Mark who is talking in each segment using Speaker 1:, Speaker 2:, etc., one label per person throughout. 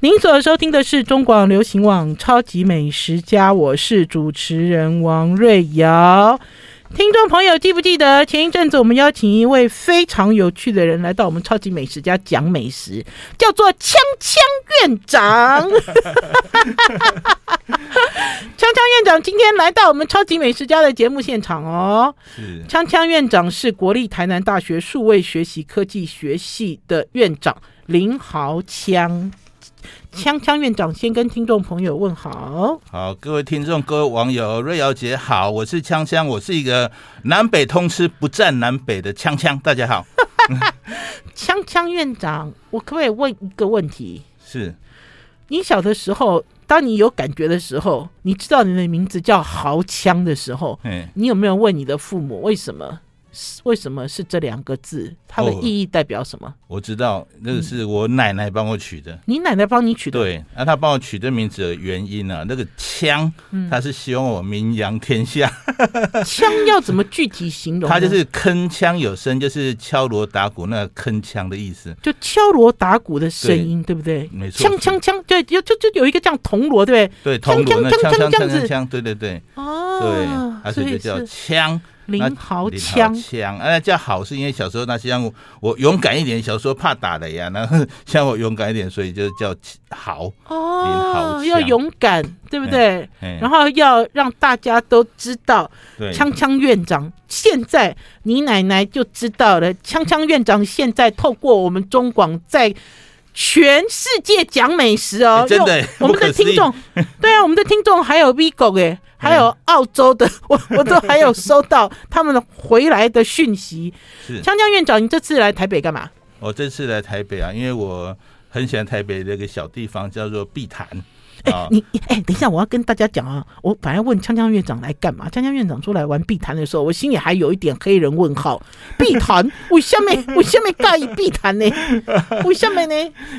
Speaker 1: 您所收听的是中广流行网《超级美食家》，我是主持人王瑞瑶。听众朋友，记不记得前一阵子我们邀请一位非常有趣的人来到我们《超级美食家》讲美食，叫做锵锵院长。锵锵院长今天来到我们《超级美食家》的节目现场哦。
Speaker 2: 是
Speaker 1: 锵锵院长是国立台南大学数位学习科技学系的院长林豪锵。锵锵院长先跟听众朋友问好，
Speaker 2: 好，各位听众，各位网友，瑞瑶姐好，我是锵锵，我是一个南北通吃不占南北的锵锵，大 家好，
Speaker 1: 锵锵院长，我可不可以问一个问题？
Speaker 2: 是
Speaker 1: 你小的时候，当你有感觉的时候，你知道你的名字叫豪锵的时候，
Speaker 2: 哎，
Speaker 1: 你有没有问你的父母为什么？是为什么是这两个字？它的
Speaker 2: 哦
Speaker 1: 意义代表什么？
Speaker 2: 我知道那个是我奶奶帮我取的，
Speaker 1: 你奶奶帮你取的，
Speaker 2: 对，那她帮我取这名字的原因呢、啊，那个锵，
Speaker 1: 嗯
Speaker 2: 她是希望我名扬天下，
Speaker 1: 锵要怎么具体形 容呢？
Speaker 2: 她就是铿锵有声，就是敲锣打鼓那个铿锵的意思，
Speaker 1: 就敲锣打鼓的声音，对不对？
Speaker 2: 没错
Speaker 1: 锵锵锵，对，就就就有一个这样铜锣，对不对？
Speaker 2: 对，铜锣那
Speaker 1: 锵
Speaker 2: 锵
Speaker 1: 锵锵
Speaker 2: 锵
Speaker 1: 这样
Speaker 2: 锵
Speaker 1: 子
Speaker 2: 锵锵，对对对，对
Speaker 1: 哦，，
Speaker 2: 而
Speaker 1: 所
Speaker 2: 且就
Speaker 1: 以
Speaker 2: 叫
Speaker 1: 是
Speaker 2: 锵。那
Speaker 1: 林豪
Speaker 2: 林
Speaker 1: 枪，
Speaker 2: 枪，哎、啊，叫好是因为小时候那像我我勇敢一点，小时候怕打雷呀、啊，然后 像我勇敢一点，所以就叫好，
Speaker 1: 哦，
Speaker 2: 豪
Speaker 1: 要
Speaker 2: 枪
Speaker 1: 勇敢，对不对？
Speaker 2: 哎、
Speaker 1: 然后要让大家都知道，
Speaker 2: 对，
Speaker 1: 锵锵院长，现在你奶奶就知道了。锵锵院长现在透过我们中广在全世界讲美食哦，
Speaker 2: 哎真的
Speaker 1: 用我们的
Speaker 2: 不可思议
Speaker 1: 听众，对啊，我们的听众还有 Vigo 哎，还有
Speaker 2: 嗯
Speaker 1: 澳洲的， 我我都还有收到他们回来的讯 息。
Speaker 2: 是
Speaker 1: 锵锵院长，你这次来台北干嘛？
Speaker 2: 我这次来台北啊，因为我很喜欢台北那个小地方叫做碧潭啊，
Speaker 1: 你哎、等一下，我要跟大家讲啊，我本来问锵锵院长来干嘛？锵锵院长说来玩碧潭的时候，我心里还有一点黑人问 号。碧潭，为什么为什么介意碧潭呢？为什么呢？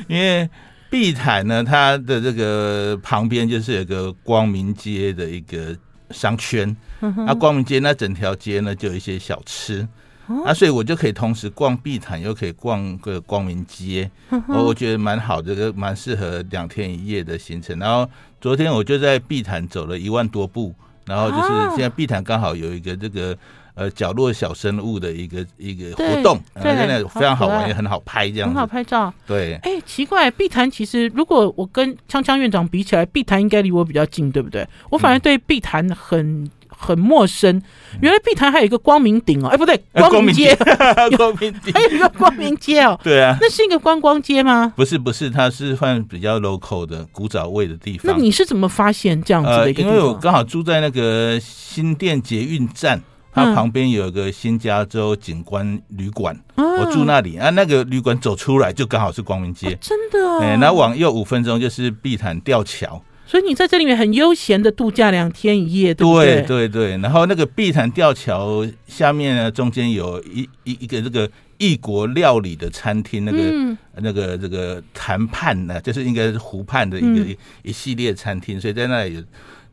Speaker 2: 因为碧潭呢，它的这个旁边就是有个光明街的一个商圈，
Speaker 1: 嗯
Speaker 2: 那、光明街那整条街呢就有一些小吃。
Speaker 1: 哦
Speaker 2: 啊，所以我就可以同时逛碧潭，又可以逛个光明街，
Speaker 1: 嗯
Speaker 2: 哦我我觉得蛮好，这个蛮适合两天一夜的行程。然后昨天我就在碧潭走了一万多步，然后
Speaker 1: 啊
Speaker 2: 就是现在碧潭刚好有一个这个呃角落小生物的一个一个活动，
Speaker 1: 对对
Speaker 2: 呃真的非常好
Speaker 1: 好可爱
Speaker 2: 玩，也很好拍这样
Speaker 1: 很好
Speaker 2: 子。
Speaker 1: 拍照。
Speaker 2: 对，
Speaker 1: 哎、奇怪，碧潭其实如果我跟锵锵院长比起来，碧潭应该离我比较近，对不对？我反而对碧潭很。很陌生，原来碧潭还有一个光明顶哦，哎、不对，
Speaker 2: 嗯呃
Speaker 1: 光明街， 哎
Speaker 2: 光明顶
Speaker 1: 还有一个光明街哦，
Speaker 2: 对啊，
Speaker 1: 那是一个观光街吗？
Speaker 2: 不是不是，它是算比较 local 的古早味的地
Speaker 1: 那
Speaker 2: 方。呃
Speaker 1: 你是怎么发现这样子的一个地
Speaker 2: 啊因
Speaker 1: 方？
Speaker 2: 为我刚好住在那个新店捷运站，它
Speaker 1: 嗯
Speaker 2: 旁边有一个新加州景观旅馆，
Speaker 1: 啊
Speaker 2: 我住那里啊。那个旅馆走出来就刚好是光明街，
Speaker 1: 真的哦，
Speaker 2: 哎、然后往右五分钟就是碧潭吊桥。
Speaker 1: 所以你在这里面很悠闲的度假两天一夜，对不对？
Speaker 2: 对对，然后那个碧潭吊桥下面呢，中间有一一一个这个异国料理的餐厅，那个、
Speaker 1: 嗯
Speaker 2: 那个这个谈判呢，就是应该是湖畔的一个、
Speaker 1: 嗯
Speaker 2: 一系列餐厅，所以在那里有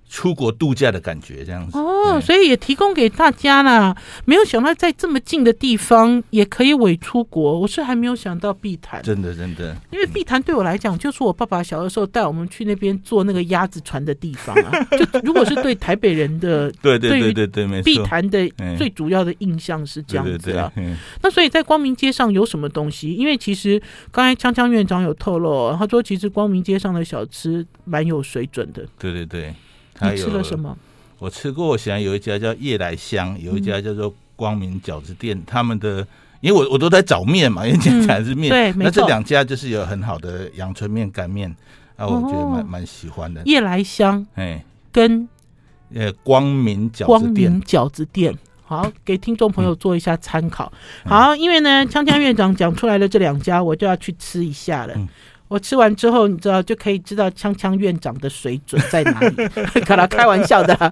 Speaker 2: 出国度假的感觉，这样子。
Speaker 1: 哦，
Speaker 2: 嗯
Speaker 1: 所以也提供给大家啦。没有想到在这么近的地方也可以伪出国，我是还没有想到碧潭，
Speaker 2: 真的真的，
Speaker 1: 因为碧潭对我来讲就是我爸爸小的时候带我们去那边坐那个鸭子船的地方啊。 就如果是对台北人的
Speaker 2: 对
Speaker 1: 对
Speaker 2: 对
Speaker 1: 于
Speaker 2: 对对对，没
Speaker 1: 碧
Speaker 2: 错，
Speaker 1: 潭的
Speaker 2: 嗯
Speaker 1: 最主要的印象是这
Speaker 2: 对
Speaker 1: 样
Speaker 2: 对
Speaker 1: 子
Speaker 2: 对
Speaker 1: 啊。，
Speaker 2: 嗯
Speaker 1: 那所以在光明街上有什么东西？因为其实刚才锵锵院长有透露哦，他说其实光明街上的小吃蛮有水准的。
Speaker 2: 对对对。还
Speaker 1: 你吃
Speaker 2: 有
Speaker 1: 了什么？
Speaker 2: 我吃过，我喜欢有一家叫夜来香，有一家
Speaker 1: 嗯
Speaker 2: 叫做光明饺子店，他们的。因为我我都在找面嘛，因为讲起来是面，
Speaker 1: 嗯对没
Speaker 2: 那这
Speaker 1: 错
Speaker 2: 两家就是有很好的阳春面、干面啊，我觉得
Speaker 1: 哦
Speaker 2: 蛮蛮喜欢的。
Speaker 1: 夜来香
Speaker 2: 哎，
Speaker 1: 跟
Speaker 2: 呃，光明饺
Speaker 1: 光
Speaker 2: 子店
Speaker 1: 明饺子店。好，给听众朋友做一下参考。好，因为呢，锵锵院长讲出来的这两家，我就要去吃一下了。
Speaker 2: 嗯
Speaker 1: 我吃完之后，你知道就可以知道锵锵院长的水准在哪里。可啦，开玩笑的啦，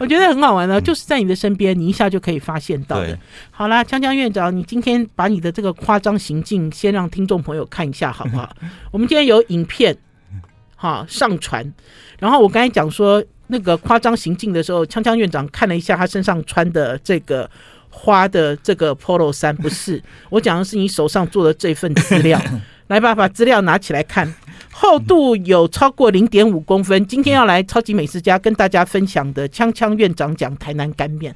Speaker 1: 我觉得很好玩啊，就是在你的身边，你一下就可以发现到的
Speaker 2: 对。
Speaker 1: 好啦，江江院长，你今天把你的这个夸张行径先让听众朋友看一下，好不好？我们今天有影片，哈上传。然后我刚才讲说那个夸张行径的时候，锵锵院长看了一下他身上穿的这个花的这个 polo 衫，不是我讲的是你手上做的这份资料。来吧，把资料拿起来看。厚度有超过零点五公分。今天要来超级美食家跟大家分享的锵锵院长讲台南干面，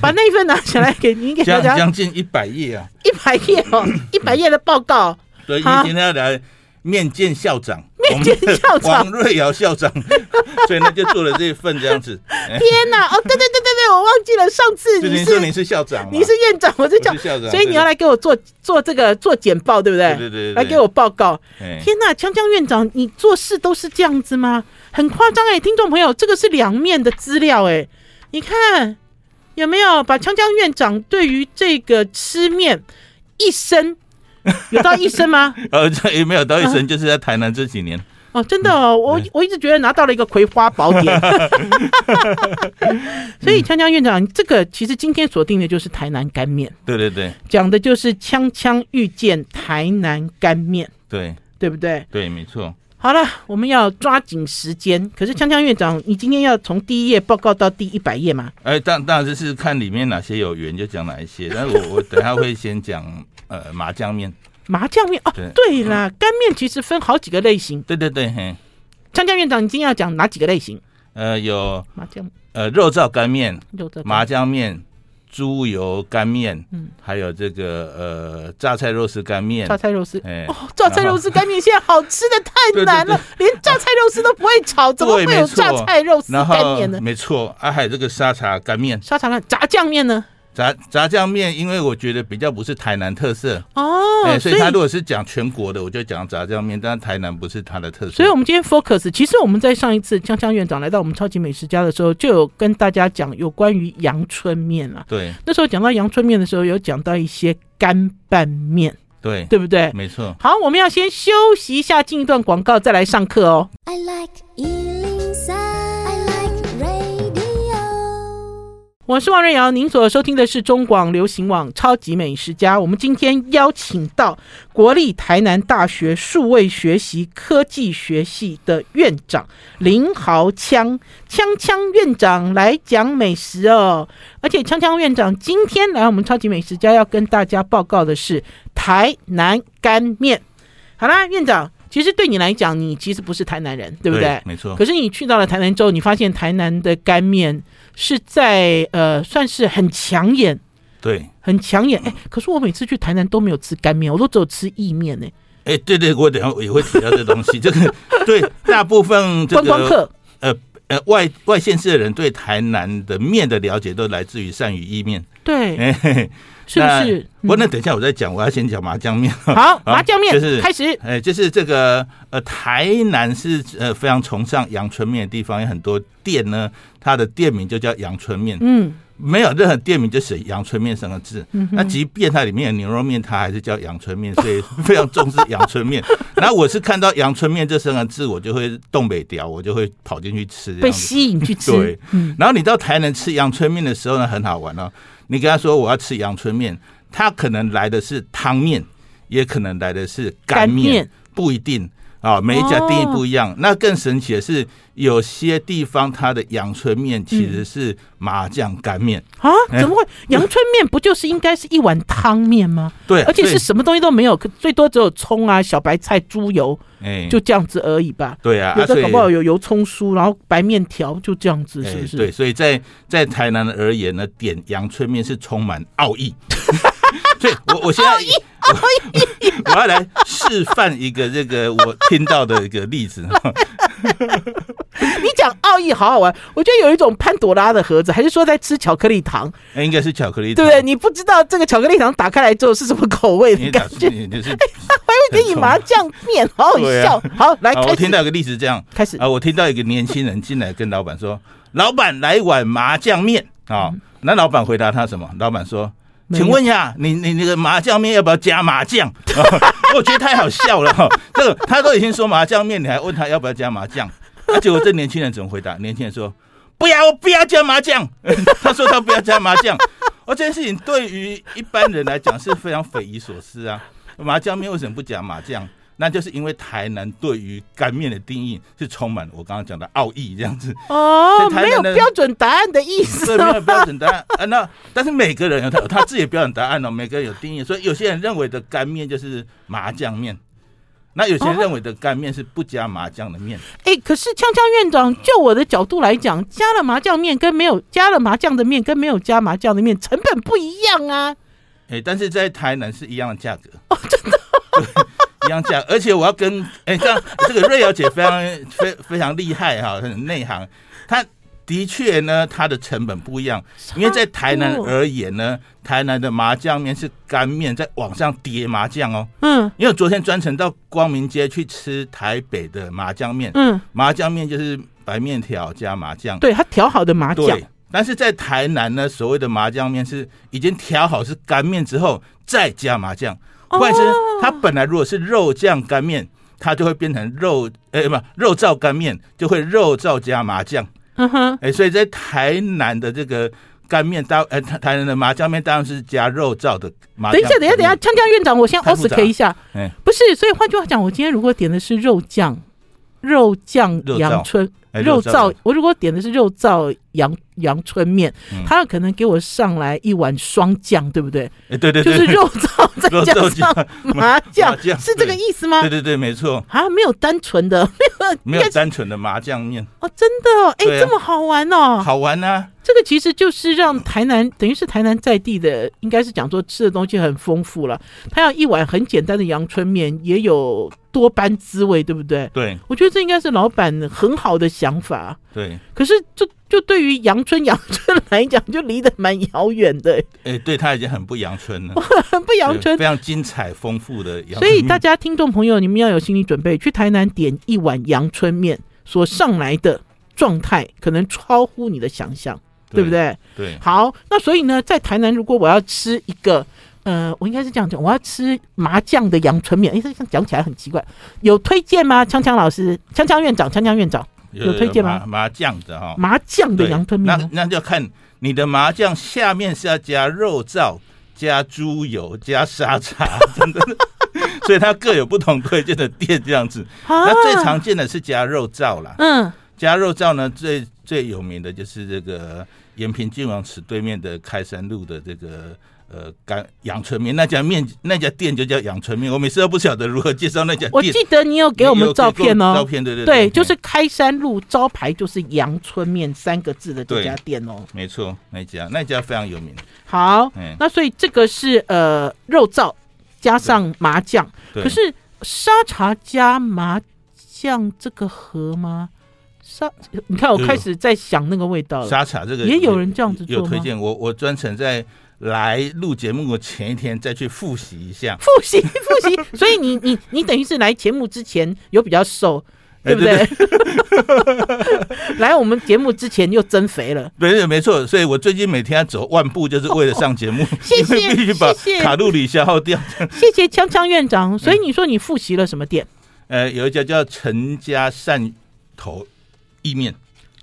Speaker 1: 把那一份拿起来给您 给大
Speaker 2: 将
Speaker 1: 家
Speaker 2: 将近一百页啊。
Speaker 1: 一百页哦，一百页的报告。
Speaker 2: 所以
Speaker 1: 好
Speaker 2: 今天要来面见校长，
Speaker 1: 面见校长
Speaker 2: 王瑞瑶校长， 所以呢就做了这一份这样子。哎
Speaker 1: 天哪！哦，对对对对对，我忘记了，上次
Speaker 2: 就
Speaker 1: 你
Speaker 2: 您说您
Speaker 1: 是
Speaker 2: 是校长嘛，
Speaker 1: 你是院长，我是
Speaker 2: 我
Speaker 1: 讲
Speaker 2: 是，校长，
Speaker 1: 所以你要来给我做做这个做简报，对不对？
Speaker 2: 对对对对
Speaker 1: 来给我报告。
Speaker 2: 哎
Speaker 1: 天呐，锵锵院长，你做事都是这样子吗？很夸张哎，听众朋友，这个是两面的资料哎，你看有没有把锵锵院长对于这个吃面一生有到一生吗？
Speaker 2: 呃，这也没有到一生，就是在台南这 几年，
Speaker 1: 哦，真的
Speaker 2: 嗯
Speaker 1: 哦，我我一直觉得拿到了一个葵花宝典， 所
Speaker 2: 嗯
Speaker 1: 以锵锵院长，这个其实今天锁定的就是台南干面，
Speaker 2: 对对对
Speaker 1: 讲的就是锵锵遇见台南干面，
Speaker 2: 对
Speaker 1: 对不对？
Speaker 2: 对，没错，
Speaker 1: 好了，我们要抓紧时间。可是锵锵院长，你今天要从第一页报告到第一百页嘛？
Speaker 2: 哎，当当然就是看里面哪些有缘就讲哪一些，但是我我等一下会先讲呃麻酱面，
Speaker 1: 麻酱面哦，
Speaker 2: 对
Speaker 1: 对啦，干面其实分好几个类型。
Speaker 2: 对对对，嘿，
Speaker 1: 锵锵院长，你今天要讲哪几个类型？
Speaker 2: 呃有
Speaker 1: 麻酱
Speaker 2: 呃肉燥干面，
Speaker 1: 肉的
Speaker 2: 麻酱面、猪油干面，
Speaker 1: 嗯
Speaker 2: 还有这个呃榨菜肉丝干面
Speaker 1: 榨，菜肉丝。
Speaker 2: 哎、
Speaker 1: 哦，榨菜肉丝干面现在好吃的太
Speaker 2: 对对
Speaker 1: 难了，连榨菜肉丝都不会炒，怎么会
Speaker 2: 对
Speaker 1: 有
Speaker 2: 没错
Speaker 1: 榨菜肉丝
Speaker 2: 然
Speaker 1: 干
Speaker 2: 后
Speaker 1: 面呢？
Speaker 2: 没错，啊，还有这个沙茶干面、
Speaker 1: 沙茶干炸酱面呢？
Speaker 2: 炸炸酱面，因为我觉得比较不是台南特色，
Speaker 1: 哦，
Speaker 2: 哎、
Speaker 1: 所
Speaker 2: 所以他如果是讲全国的，我就讲炸酱面，但台南不是它的特色，
Speaker 1: 所以，我们今天 focus，其实我们在上一次锵锵院长来到我们超级美食家的时候，就有跟大家讲有关于阳春面啊。
Speaker 2: 对
Speaker 1: 那时候讲到阳春面的时候，有讲到一些干拌面，
Speaker 2: 对，
Speaker 1: 对不对？
Speaker 2: 没错，
Speaker 1: 好，我们要先休息一下，进一段广告，再来上课哦。
Speaker 3: I like Ealing Sound. I like radio.
Speaker 1: 我是王瑞瑶，您所收听的是中广流行网《超级美食家》。我们今天邀请到国立台南大学数位学习科技学系的院长林豪锵锵锵院长来讲美食哦。而且锵锵院长今天来我们《超级美食家》要跟大家报告的是台南干面。好啦，院长，其实对你来讲，你其实不是台南人，对不对
Speaker 2: 没错，
Speaker 1: 可是你去到了台南之后，你发现台南的干面是在呃，算是很抢眼，
Speaker 2: 对。
Speaker 1: 很抢
Speaker 2: 嗯
Speaker 1: 眼。哎、可是我每次去台南都没有吃干面，我都只有吃意面呢、
Speaker 2: 哎、对对，我等一下也会提到这东西。这 个对大部分这
Speaker 1: 观
Speaker 2: 个
Speaker 1: 光客
Speaker 2: 呃呃外外县市的人对台南的面的了解都来自于鳝鱼意面，
Speaker 1: 对，
Speaker 2: 哎、嘿嘿
Speaker 1: 是不是？
Speaker 2: 那不过那等一下我再讲，我要先讲麻酱面。
Speaker 1: 嗯好，麻酱面、
Speaker 2: 就是
Speaker 1: 开始。
Speaker 2: 哎，就是这个呃，台南是呃非常崇尚阳春面的地方，有很多店呢，它的店名就叫阳春面，
Speaker 1: 嗯，
Speaker 2: 没有任何店名就写阳春面三个字。那即便它里面有牛肉面，它还是叫阳春面，所 以非常重视阳春面。然后我是看到阳春面这三个字，我就会东北调，我就会跑进去吃这
Speaker 1: 被
Speaker 2: 样子。
Speaker 1: 吸引去吃
Speaker 2: 对，，
Speaker 1: 嗯
Speaker 2: 然后你到台南吃阳春面的时候呢，很好玩哦。你跟他说我要吃阳春面，他可能来的是汤面，也可能来的是干面，
Speaker 1: 干面哦
Speaker 2: 不一定啊、每一家定义不一样。那更神奇的是，有些地方它的阳春面其实是麻酱干面，
Speaker 1: 啊？
Speaker 2: 哎
Speaker 1: 怎么会？阳春面不就是应该是一碗汤面吗？
Speaker 2: 对，
Speaker 1: 而且是
Speaker 2: 所以
Speaker 1: 什么东西都没有，可最多只有葱啊、小白菜、猪油，
Speaker 2: 哎，
Speaker 1: 就这样子而已吧。
Speaker 2: 对啊，
Speaker 1: 有
Speaker 2: 啊所
Speaker 1: 的
Speaker 2: 以
Speaker 1: 搞不好有油葱酥，然后白面条，就这样子，是不
Speaker 2: 哎
Speaker 1: 是？
Speaker 2: 对，所以在在台南而言呢，点阳春面是充满奥义。 所以我我现在我我要来示范一个这个我听到的一个例子。
Speaker 1: 你讲奥义好好玩，我觉得有一种潘朵拉的盒子，还是说在吃巧克力糖，
Speaker 2: 哎应该是巧克力
Speaker 1: 对
Speaker 2: 糖，
Speaker 1: 不对？你不知道这个巧克力糖打开来之后是什么口味
Speaker 2: 因
Speaker 1: 的
Speaker 2: 为打
Speaker 1: 感觉，
Speaker 2: 你就是
Speaker 1: 还会给你麻酱面，好好笑。好，来
Speaker 2: 啊，我
Speaker 1: 开
Speaker 2: 听
Speaker 1: 始，
Speaker 2: 到一个例子这样
Speaker 1: 开始
Speaker 2: 啊，我听到一个年轻人进来跟老板说：“老板，来一碗麻酱面啊。”
Speaker 1: 嗯
Speaker 2: 那老板回答他什么？老板说：“
Speaker 1: 没有
Speaker 2: 请问一下，你你那个麻酱面要不要加麻酱？” 啊我觉得太好笑了哈。 这个他都已经说麻酱面，你还问他要不要加麻酱？那结果这年轻人怎么回答？年轻人说：“不要，我不要加麻酱。” 他说他不要加麻酱。哦，这件事情对于一般人来讲是非常匪夷所思啊。麻酱面为什么不讲麻酱？那就是因为台南对于干面的定义是充满我刚刚讲的奥义这样子，
Speaker 1: 哦，
Speaker 2: 在台
Speaker 1: 没有
Speaker 2: 南的
Speaker 1: 标准答案的意
Speaker 2: 所
Speaker 1: 思
Speaker 2: 以没有
Speaker 1: 哦。
Speaker 2: 标准答案啊。那但是每个人有他有他自己的标准答案哦，每个人有定义，所以有些人认为的干面就是麻酱面，那有些人认为的干面是不加麻酱的面，
Speaker 1: 哎，可是锵锵院长，就我的角度来讲，加了麻酱面跟没有加了麻酱的面跟没有加麻酱的面成本不一样啊。
Speaker 2: 哎、但是在台南是一样的价格哦，真的。一样价格，而且我要跟哎、这样这个瑞瑶姐非常非非常厉害哈，很内行。她的确呢，它的成本不一样，因为在台南而言呢，台南的麻酱面是干面，在网上叠麻酱哦。
Speaker 1: 嗯
Speaker 2: 因为我昨天专程到光明街去吃台北的麻酱面，
Speaker 1: 嗯，
Speaker 2: 麻酱面就是白面条加麻酱，
Speaker 1: 对他调好的麻酱，
Speaker 2: 对。但是在台南呢，所谓的麻酱面是已经调好是干面之后再加麻酱，
Speaker 1: 哦
Speaker 2: 换成它本来如果是肉酱干面，它就会变成肉呃不肉燥干面，就会肉燥加麻酱。
Speaker 1: 嗯哼，
Speaker 2: 哎、所以在台南的这个干面当呃台台南的麻酱面当然是加肉燥的麻
Speaker 1: 等
Speaker 2: 酱。
Speaker 1: 一下，等一下，等一下，，锵锵院长，我先
Speaker 2: 太复杂
Speaker 1: OSK 一下
Speaker 2: 哎。
Speaker 1: 不是，所以换句话讲，我今天如果点的是肉酱、肉酱
Speaker 2: 肉燥
Speaker 1: 阳春、
Speaker 2: 哎
Speaker 1: 肉燥
Speaker 2: 燥，
Speaker 1: 我如果点的是肉燥阳阳春面，
Speaker 2: 嗯
Speaker 1: 他可能给我上来一碗双酱，对不对？
Speaker 2: 哎对对
Speaker 1: 就
Speaker 2: 对，
Speaker 1: 是 肉燥再
Speaker 2: 肉
Speaker 1: 加
Speaker 2: 燥
Speaker 1: 上
Speaker 2: 酱
Speaker 1: 麻
Speaker 2: 麻
Speaker 1: 酱，
Speaker 2: 酱
Speaker 1: 是这个
Speaker 2: 对
Speaker 1: 意思吗
Speaker 2: 对？对对，没错，
Speaker 1: 啊，没有单纯的，应
Speaker 2: 没有
Speaker 1: 该是
Speaker 2: 单纯的麻酱面，
Speaker 1: 哦，真的哦，哎，
Speaker 2: 对啊
Speaker 1: 这么好玩哦！
Speaker 2: 好玩啊！
Speaker 1: 这个其实就是让台南，等于是台南在地的，应该是讲说吃的东西很丰富了。它要一碗很简单的阳春面，也有多般滋味，对不对？
Speaker 2: 对
Speaker 1: 我觉得这应该是老板很好的想法。
Speaker 2: 对，
Speaker 1: 可是就就对于阳春阳春来讲，就离得蛮遥远的，
Speaker 2: 哎、对他已经很不阳春了，
Speaker 1: 很不阳
Speaker 2: 对
Speaker 1: 春
Speaker 2: 非。常精彩丰富的阳春面。
Speaker 1: 所以大家听众朋友，你们要有心理准备，去台南点一碗阳春面，所上来的状态可能超乎你的想象，对不？对？
Speaker 2: 对，
Speaker 1: 好，那所以呢，在台南，如果我要吃一个，呃，我应该是这样讲，我要吃麻酱的阳春面。哎，这样讲起来很奇怪，有推荐吗？锵锵老师，锵锵院长，锵锵院长，有推荐吗
Speaker 2: 麻麻酱的哈、
Speaker 1: 麻酱的
Speaker 2: 对
Speaker 1: 阳春面吗，
Speaker 2: 那那就看你的麻酱下面是要加肉燥、加猪油、加沙茶， 真的。所以它各有不同推荐的店这样子。
Speaker 1: 啊
Speaker 2: 那最常见的是加肉燥啦，
Speaker 1: 嗯
Speaker 2: 加肉燥呢最最有名的就是这个延平郡王祠对面的开山路的这个。呃，干阳春面那家面那家店就叫阳春面，我每次都不晓得如何介绍那家
Speaker 1: 我
Speaker 2: 店。
Speaker 1: 记得你有给我们照片
Speaker 2: 照
Speaker 1: 哦。
Speaker 2: 片对对嗯
Speaker 1: 对，就是开山路招牌就是阳春面三个字的这
Speaker 2: 对
Speaker 1: 家店哦。
Speaker 2: 没错，那家那家非常有名。
Speaker 1: 好，
Speaker 2: 嗯，
Speaker 1: 那所以这个是呃肉燥加上麻酱，
Speaker 2: 对
Speaker 1: 可是沙茶加麻酱这个合吗？沙，你看我
Speaker 2: 哎呦
Speaker 1: 开始在想那个味道了。
Speaker 2: 沙茶这个
Speaker 1: 也有人这样子做
Speaker 2: 有
Speaker 1: 吗
Speaker 2: 推荐，我我专程在来录节目的前一天再去复习一下。
Speaker 1: 复习复习，所以你你你等于是来节目之前有比较瘦，
Speaker 2: 哎
Speaker 1: 对不对？ 来我们节目之前又增肥了，
Speaker 2: 对对，没错，所以我最近每天要走万步，就是为了上节目，
Speaker 1: 谢谢
Speaker 2: 因为必须把
Speaker 1: 谢谢
Speaker 2: 卡路里消耗掉。
Speaker 1: 谢谢锵锵院
Speaker 2: 嗯
Speaker 1: 长。所以你说你复习了什么店？
Speaker 2: 呃，有一家叫陈家汕头意面，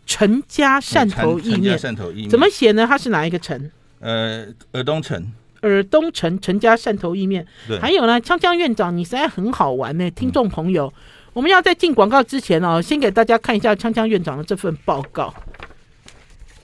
Speaker 1: 陈家汕头意
Speaker 2: 陈哎陈家
Speaker 1: 面
Speaker 2: 汕头意面
Speaker 1: 怎么？写呢？它是哪一个陈？
Speaker 2: 呃，尔东城
Speaker 1: 尔东城陈家汕头意面。
Speaker 2: 对，嗯
Speaker 1: 还有呢，锵锵院长，你实在很好玩呢、听众朋友。我们要在进广告之前哦，先给大家看一下锵锵院长的这份报告。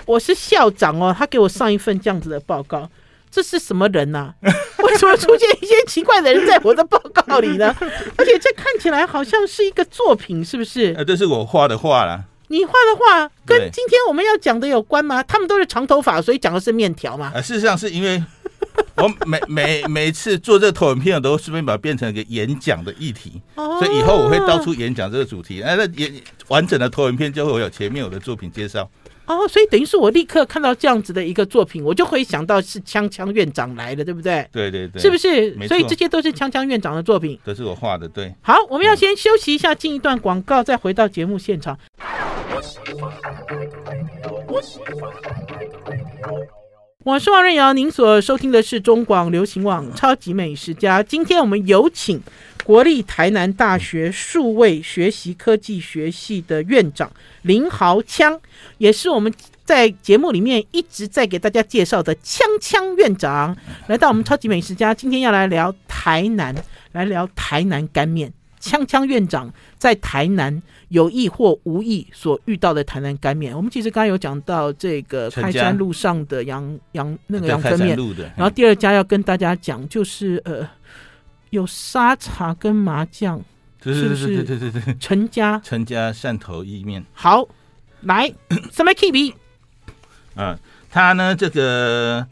Speaker 1: 我是校长哦，他给我上一份这样子的报告，这是什么人 呐、为什么出现一些奇怪的人在我的报告里 呢？而且这看起来好像是一个作品，是不是？
Speaker 2: 呃，这是我画的画啦。
Speaker 1: 你画的画跟
Speaker 2: 对
Speaker 1: 今天我们要讲的有关吗？他们都是长头发，所以讲的是面条嘛。
Speaker 2: 啊，事实上是因为 我每每每次做这个投影片，我都顺便把它变成一个演讲的议题，
Speaker 1: 哦
Speaker 2: 呃所以以后我会到处演讲这个主题。呃那那演完整的投影片就会有前面我的作品介绍。
Speaker 1: 哦，所以等于是我立刻看到这样子的一个作品，我就会想到是锵锵院长来了，对不对？
Speaker 2: 对对对，
Speaker 1: 是不是？
Speaker 2: 没错
Speaker 1: 所以这些都是锵锵院长的作品。
Speaker 2: 都是我画的？对，
Speaker 1: 好，我们要先休息一下，进一段广告，再回到节目现场。我是王瑞瑶，您所收听的是中广流行网《超级美食家》。今天我们有请国立台南大学数位学习科技学系的院长林豪锵，也是我们在节目里面一直在给大家介绍的锵锵院长，来到我们《超级美食家》，今天要来聊台南。来聊台南干面。锵锵院长在台南有意或无意所遇到的台南干面，我们其实刚刚有讲到这个
Speaker 2: 陈
Speaker 1: 开
Speaker 2: 家
Speaker 1: 山路上的杨杨那个
Speaker 2: 在
Speaker 1: 杨
Speaker 2: 开
Speaker 1: 根
Speaker 2: 山
Speaker 1: 面，
Speaker 2: 路的。
Speaker 1: 然后第二家要跟大家讲就是呃有沙茶跟麻酱，
Speaker 2: 对
Speaker 1: 是不
Speaker 2: 对
Speaker 1: 是
Speaker 2: 对对对对对，
Speaker 1: 陈家
Speaker 2: 陈家汕头意面，
Speaker 1: 好 来什么 k i
Speaker 2: 嗯，它呢这个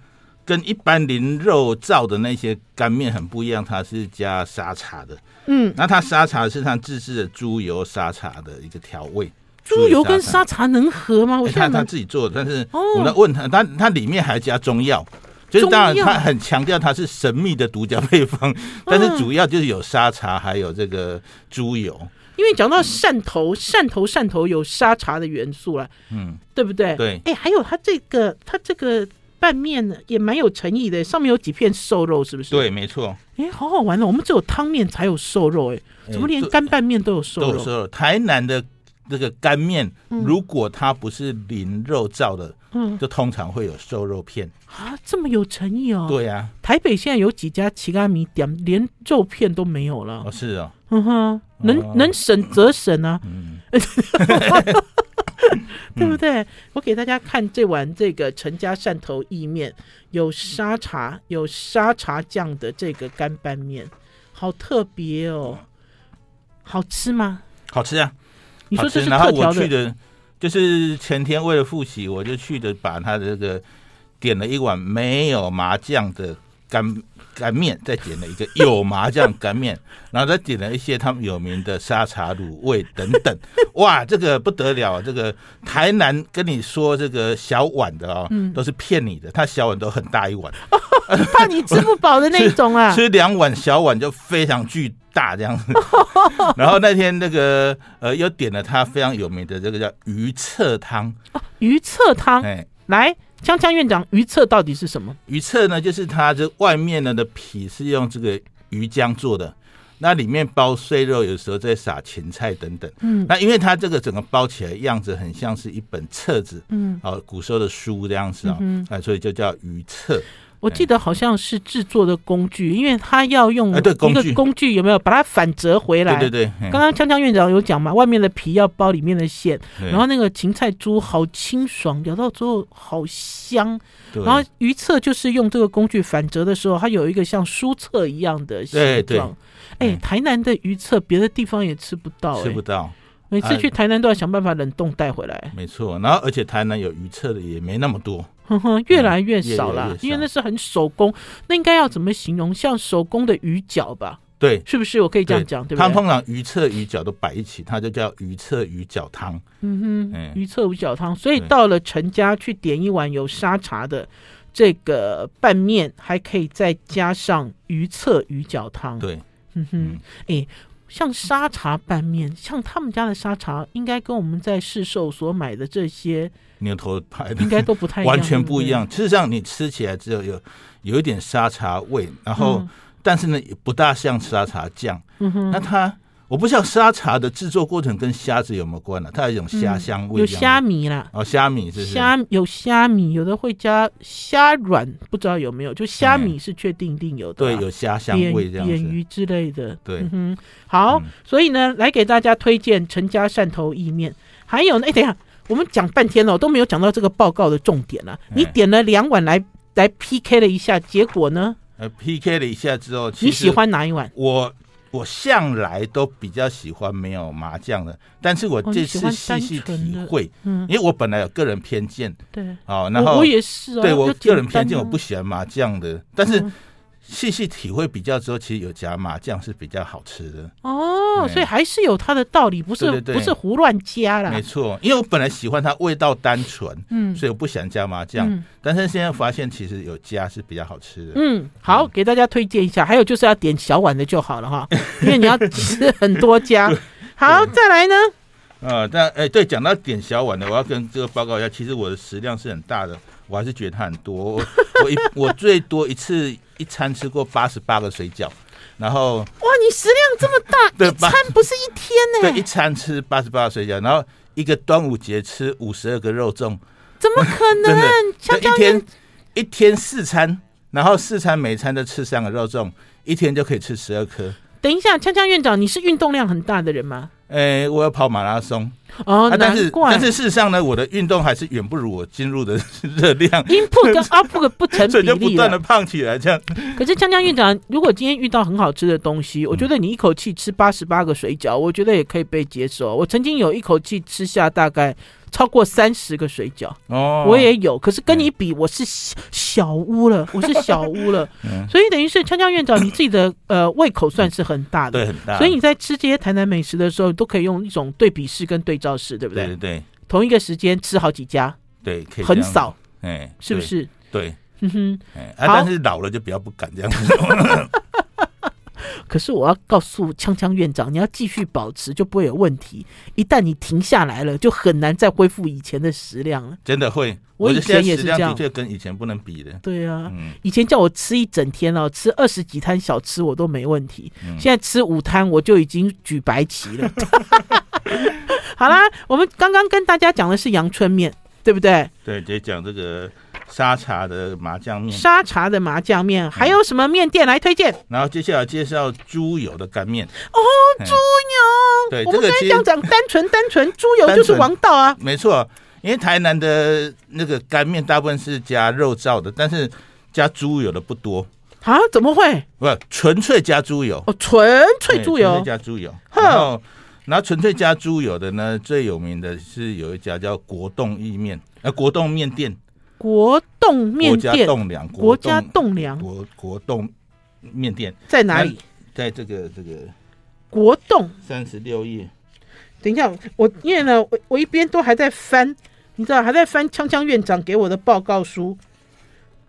Speaker 2: 跟一般零肉燥的那些干面很不一样，它是加沙茶的。
Speaker 1: 嗯，
Speaker 2: 那它沙茶是它自制的猪油沙茶的一个调味。
Speaker 1: 猪油跟
Speaker 2: 沙
Speaker 1: 沙茶能合吗？我
Speaker 2: 欸他
Speaker 1: 想
Speaker 2: 他
Speaker 1: 蛮
Speaker 2: 自己做的，但是
Speaker 1: 哦
Speaker 2: 我在问他，他他里面还加中药，就是当然
Speaker 1: 中药嗯
Speaker 2: 他很强调它是神秘的独家配方，但是主要就是有沙茶，还有这个猪油，
Speaker 1: 因为讲到汕头，汕头汕头有沙茶的元素了，
Speaker 2: 嗯，
Speaker 1: 对不对？
Speaker 2: 对
Speaker 1: 哎，还有它这个它这个拌面呢，也蛮有诚意的，上面有几片瘦肉，是不是？
Speaker 2: 对，，没错，
Speaker 1: 哎，好好玩哦。我们只有汤面才有瘦肉，哎，
Speaker 2: 哎
Speaker 1: 怎么连
Speaker 2: 对
Speaker 1: 干拌面都有
Speaker 2: 都
Speaker 1: 瘦
Speaker 2: 有
Speaker 1: 肉？
Speaker 2: 说了，台南的这个干面，如果它不是淋肉燥的，
Speaker 1: 嗯
Speaker 2: 就通常会有瘦肉片，
Speaker 1: 啊，这么有诚意哦。，
Speaker 2: 对啊呀，
Speaker 1: 台北现在有几家奇咖米店连肉片都没有了
Speaker 2: 哦，是哦，
Speaker 1: 嗯哼，
Speaker 2: 哦嗯
Speaker 1: 能能省则省啊， 对不对？我给大家看这碗这个陈家汕头意面，有沙茶，有沙茶酱的这个干拌面，好特别哦，好吃吗？
Speaker 2: 好吃啊，
Speaker 1: 你
Speaker 2: 好
Speaker 1: 说
Speaker 2: 吃。
Speaker 1: 这是
Speaker 2: 然后
Speaker 1: 特
Speaker 2: 我
Speaker 1: 调
Speaker 2: 去
Speaker 1: 的
Speaker 2: 的，就是前天为了复习，我就去的把他的这个点了一碗没有麻酱的干干面，再点了一个有麻酱干面，然后再点了一些他们有名的沙茶卤味等等。哇，这个不得了！啊这个台南跟你说这个小碗的哦，
Speaker 1: 嗯
Speaker 2: 都是骗你的，他小碗都很大一碗，
Speaker 1: 怕你吃不饱的那种啊，
Speaker 2: 吃两碗小碗就非常巨大这 样子。然后那天那个呃，又点了他非常有名的这个叫鱼翅汤，
Speaker 1: 哦鱼翅汤。
Speaker 2: 哎，
Speaker 1: 来，锵锵院长，鱼翅到底是什么？
Speaker 2: 鱼翅呢，就是它这外面呢的皮是用这个鱼浆做的。那里面包碎肉，有时候再撒芹菜等等。嗯，那因为它这个整个包起来样子很像是一本册子，嗯，哦，古时候的书这样子啊、
Speaker 1: 嗯
Speaker 2: 哦，啊，所以就叫鱼册。
Speaker 1: 我记得好像是制作的工具，因为它要用
Speaker 2: 哎
Speaker 1: 一
Speaker 2: 对
Speaker 1: 个
Speaker 2: 工具
Speaker 1: 工具有没有把它反折回来？
Speaker 2: 对对对，嘿
Speaker 1: 刚刚锵锵院长有讲嘛，外面的皮要包里面的馅，
Speaker 2: 对
Speaker 1: 然后那个芹菜猪好清爽，咬到之后好香。
Speaker 2: 对
Speaker 1: 然后鱼翅就是用这个工具反折的时候，它有一个像书册一样的形
Speaker 2: 对对
Speaker 1: 状。哎，
Speaker 2: 嗯
Speaker 1: 台南的鱼翅别的地方也吃不到、哎
Speaker 2: 吃不哎到，
Speaker 1: 每次去台南都要想办法冷冻带回来，
Speaker 2: 没错。然后而且台南有鱼册的也没那么多，
Speaker 1: 哼哼，越来越少
Speaker 2: 嗯越
Speaker 1: 啦
Speaker 2: 来越，少
Speaker 1: 因为那是很手工，那应该要怎么形容？像手工的鱼饺吧，
Speaker 2: 对。
Speaker 1: 是不是？我可以这样讲，对
Speaker 2: 他
Speaker 1: 不对？
Speaker 2: 们通常鱼翅鱼饺都摆一起，它就叫鱼翅鱼饺汤。
Speaker 1: 嗯
Speaker 2: 哎
Speaker 1: 哼，鱼翅五角汤，所以
Speaker 2: 对
Speaker 1: 到了陈家去点一碗有沙茶的这个拌面，还可以再加上鱼翅鱼饺汤。
Speaker 2: 对，
Speaker 1: 嗯哼
Speaker 2: 嗯，
Speaker 1: 哎，像沙茶拌面，像他们家的沙茶，应该跟我们在市售所买的这 些
Speaker 2: 牛头牌的
Speaker 1: 应该都不太一样，
Speaker 2: 完全不一
Speaker 1: 对
Speaker 2: 样。事实上，你吃起来只有有有一点沙茶味，然
Speaker 1: 不对。
Speaker 2: 后、
Speaker 1: 嗯
Speaker 2: 但是呢，也不大像沙茶酱。
Speaker 1: 嗯哼
Speaker 2: 那它我不知道沙茶的制作过程跟虾子有没有关呢、啊它有一种虾香
Speaker 1: 嗯
Speaker 2: 味、
Speaker 1: 有虾米啦，
Speaker 2: 哦，虾米是不是
Speaker 1: 虾有虾米，有的会加虾软，不知道有没有。就虾米是确定一定有的啊、
Speaker 2: 对，有虾香
Speaker 1: 扁
Speaker 2: 味这样
Speaker 1: 扁
Speaker 2: 子。
Speaker 1: 鱼之类的。
Speaker 2: 对
Speaker 1: 嗯哼，好，
Speaker 2: 嗯
Speaker 1: 所以呢，来给大家推荐陈家汕头意面，还有呢，哎，等一下，我们讲半天了，都没有讲到这个报告的重点了、你
Speaker 2: 哎
Speaker 1: 点了两碗来来 PK 了一下，结果呢，
Speaker 2: 呃，PK 了一下之后，其
Speaker 1: 你
Speaker 2: 实
Speaker 1: 喜欢哪一碗？
Speaker 2: 我。我向来都比较喜欢没有麻酱的，但是我
Speaker 1: 哦
Speaker 2: 这
Speaker 1: 你喜
Speaker 2: 次
Speaker 1: 欢
Speaker 2: 细
Speaker 1: 单
Speaker 2: 细
Speaker 1: 纯
Speaker 2: 体
Speaker 1: 的
Speaker 2: 会，
Speaker 1: 嗯，
Speaker 2: 因为我本来有个人偏见
Speaker 1: 对，
Speaker 2: 哦，然
Speaker 1: 我
Speaker 2: 后
Speaker 1: 我也是啊，
Speaker 2: 对我
Speaker 1: 就
Speaker 2: 个人
Speaker 1: 简单
Speaker 2: 偏见，我
Speaker 1: 啊
Speaker 2: 不喜欢麻酱的，但是
Speaker 1: 嗯
Speaker 2: 细细体会比较之后，其实有加麻酱是比较好吃的，
Speaker 1: 哦，
Speaker 2: 哎
Speaker 1: 所以还是有它的道理，不是
Speaker 2: 对对对
Speaker 1: 不是胡乱加啦
Speaker 2: 没。错。因为我本来喜欢它味道单纯，
Speaker 1: 啊嗯
Speaker 2: 所以我不喜欢加麻酱，
Speaker 1: 嗯
Speaker 2: 但是现在发现其实有加是比较好吃的。
Speaker 1: 嗯，好，给大家推荐一下，还有就是要点小碗的就好了哈，因为你要吃很多 家。好，再来呢，
Speaker 2: 呃，但哎、对，讲到点小碗的，我要跟这个报告一下，其实我的食量是很大的，我还是觉得它很多。我 我一我最多一次一餐吃过八十八个水饺，然后
Speaker 1: 哇，你食量这么大，
Speaker 2: 对
Speaker 1: 一餐不是一天
Speaker 2: 对
Speaker 1: 呢、
Speaker 2: 一餐吃八十八个水饺，然后一个端午节吃五十二个肉粽，
Speaker 1: 怎么可
Speaker 2: 真的
Speaker 1: 能？，
Speaker 2: 就
Speaker 1: 香
Speaker 2: 一
Speaker 1: 蕉
Speaker 2: 天一天四餐，然后四餐每餐都吃三个肉粽，一天就可以吃十二颗。
Speaker 1: 等一下，锵锵院长，你是运动量很大的人吗？
Speaker 2: 哎，我要跑马拉松，
Speaker 1: 哦，
Speaker 2: 啊，但是
Speaker 1: 难怪。
Speaker 2: 但是事实上呢，我的运动还是远不如我进入的热量，
Speaker 1: input 跟 output 不成比
Speaker 2: 所以就不
Speaker 1: 例
Speaker 2: 断的
Speaker 1: 了。
Speaker 2: 胖起来。这样，
Speaker 1: 可是江江院长，如果今天遇到很好吃的东
Speaker 2: 嗯
Speaker 1: 西，我觉得你一口气吃八十八个水饺，我觉得也可以被接受。我曾经有一口气吃下大概超过三十个水饺，
Speaker 2: 哦，
Speaker 1: 我也有，可是跟你比，我是小小巫了，我是小巫了。
Speaker 2: 嗯
Speaker 1: 所以等于是江江院长，你自己的呃胃口算是很大的
Speaker 2: 对。很大，
Speaker 1: 所以你在吃这些台南美食的时候，都可以用一种对比式跟对照式，对不
Speaker 2: 对对对
Speaker 1: 同一个时间吃好几家，
Speaker 2: 对，可以这
Speaker 1: 很
Speaker 2: 样，
Speaker 1: 少，
Speaker 2: 哎，
Speaker 1: 是不是？
Speaker 2: 对？对，
Speaker 1: 嗯哼。
Speaker 2: 哎，啊，
Speaker 1: 好
Speaker 2: 但是老了就比较不敢这样子。
Speaker 1: 可是我要告诉锵锵院长，你要继续保持，就不会有问题。一旦你停下来了，就很难再恢复以前的食量了。
Speaker 2: 真的会，
Speaker 1: 我以
Speaker 2: 的现在
Speaker 1: 前也
Speaker 2: 食
Speaker 1: 是
Speaker 2: 量
Speaker 1: 这样
Speaker 2: 的确跟以前不能比的。
Speaker 1: 对啊，
Speaker 2: 嗯，
Speaker 1: 以前叫我吃一整天哦，吃二十几摊小吃我都没问题，
Speaker 2: 嗯
Speaker 1: 现在吃五摊我就已经举白旗了。 好啦，我们刚刚跟大家讲的是阳春面，对不对？
Speaker 2: 对，直接讲这个沙茶的麻酱面，
Speaker 1: 沙茶的麻酱面，还有什么面店来推荐？
Speaker 2: 然后接下来介绍猪油的干面。
Speaker 1: 哦，
Speaker 2: 嗯
Speaker 1: 猪油。
Speaker 2: 对
Speaker 1: 我们
Speaker 2: 这个
Speaker 1: 刚才
Speaker 2: 其实
Speaker 1: 讲讲单纯单纯， 猪油就是
Speaker 2: 单纯
Speaker 1: 王道啊。
Speaker 2: 没错，因为台南的那个干面大部分是加肉燥的，但是加猪油的不多，
Speaker 1: 啊，怎么会？
Speaker 2: 不纯粹加猪油，
Speaker 1: 哦，纯粹
Speaker 2: 对
Speaker 1: 猪
Speaker 2: 纯
Speaker 1: 油
Speaker 2: 粹。加猪油。
Speaker 1: 哼
Speaker 2: 然后，然后纯粹加猪油的呢，最有名的是有一家叫国栋意面，呃，国栋面店，
Speaker 1: 国栋面
Speaker 2: 国家
Speaker 1: 店，
Speaker 2: 栋梁，
Speaker 1: 国家
Speaker 2: 栋
Speaker 1: 栋梁
Speaker 2: 国国栋面店，
Speaker 1: 在哪里？
Speaker 2: 在这个这个
Speaker 1: 国栋。
Speaker 2: 三十六页，
Speaker 1: 等一下，我因为呢，我我一边都还在翻，你知道，还在翻锵锵院长给我的报告书。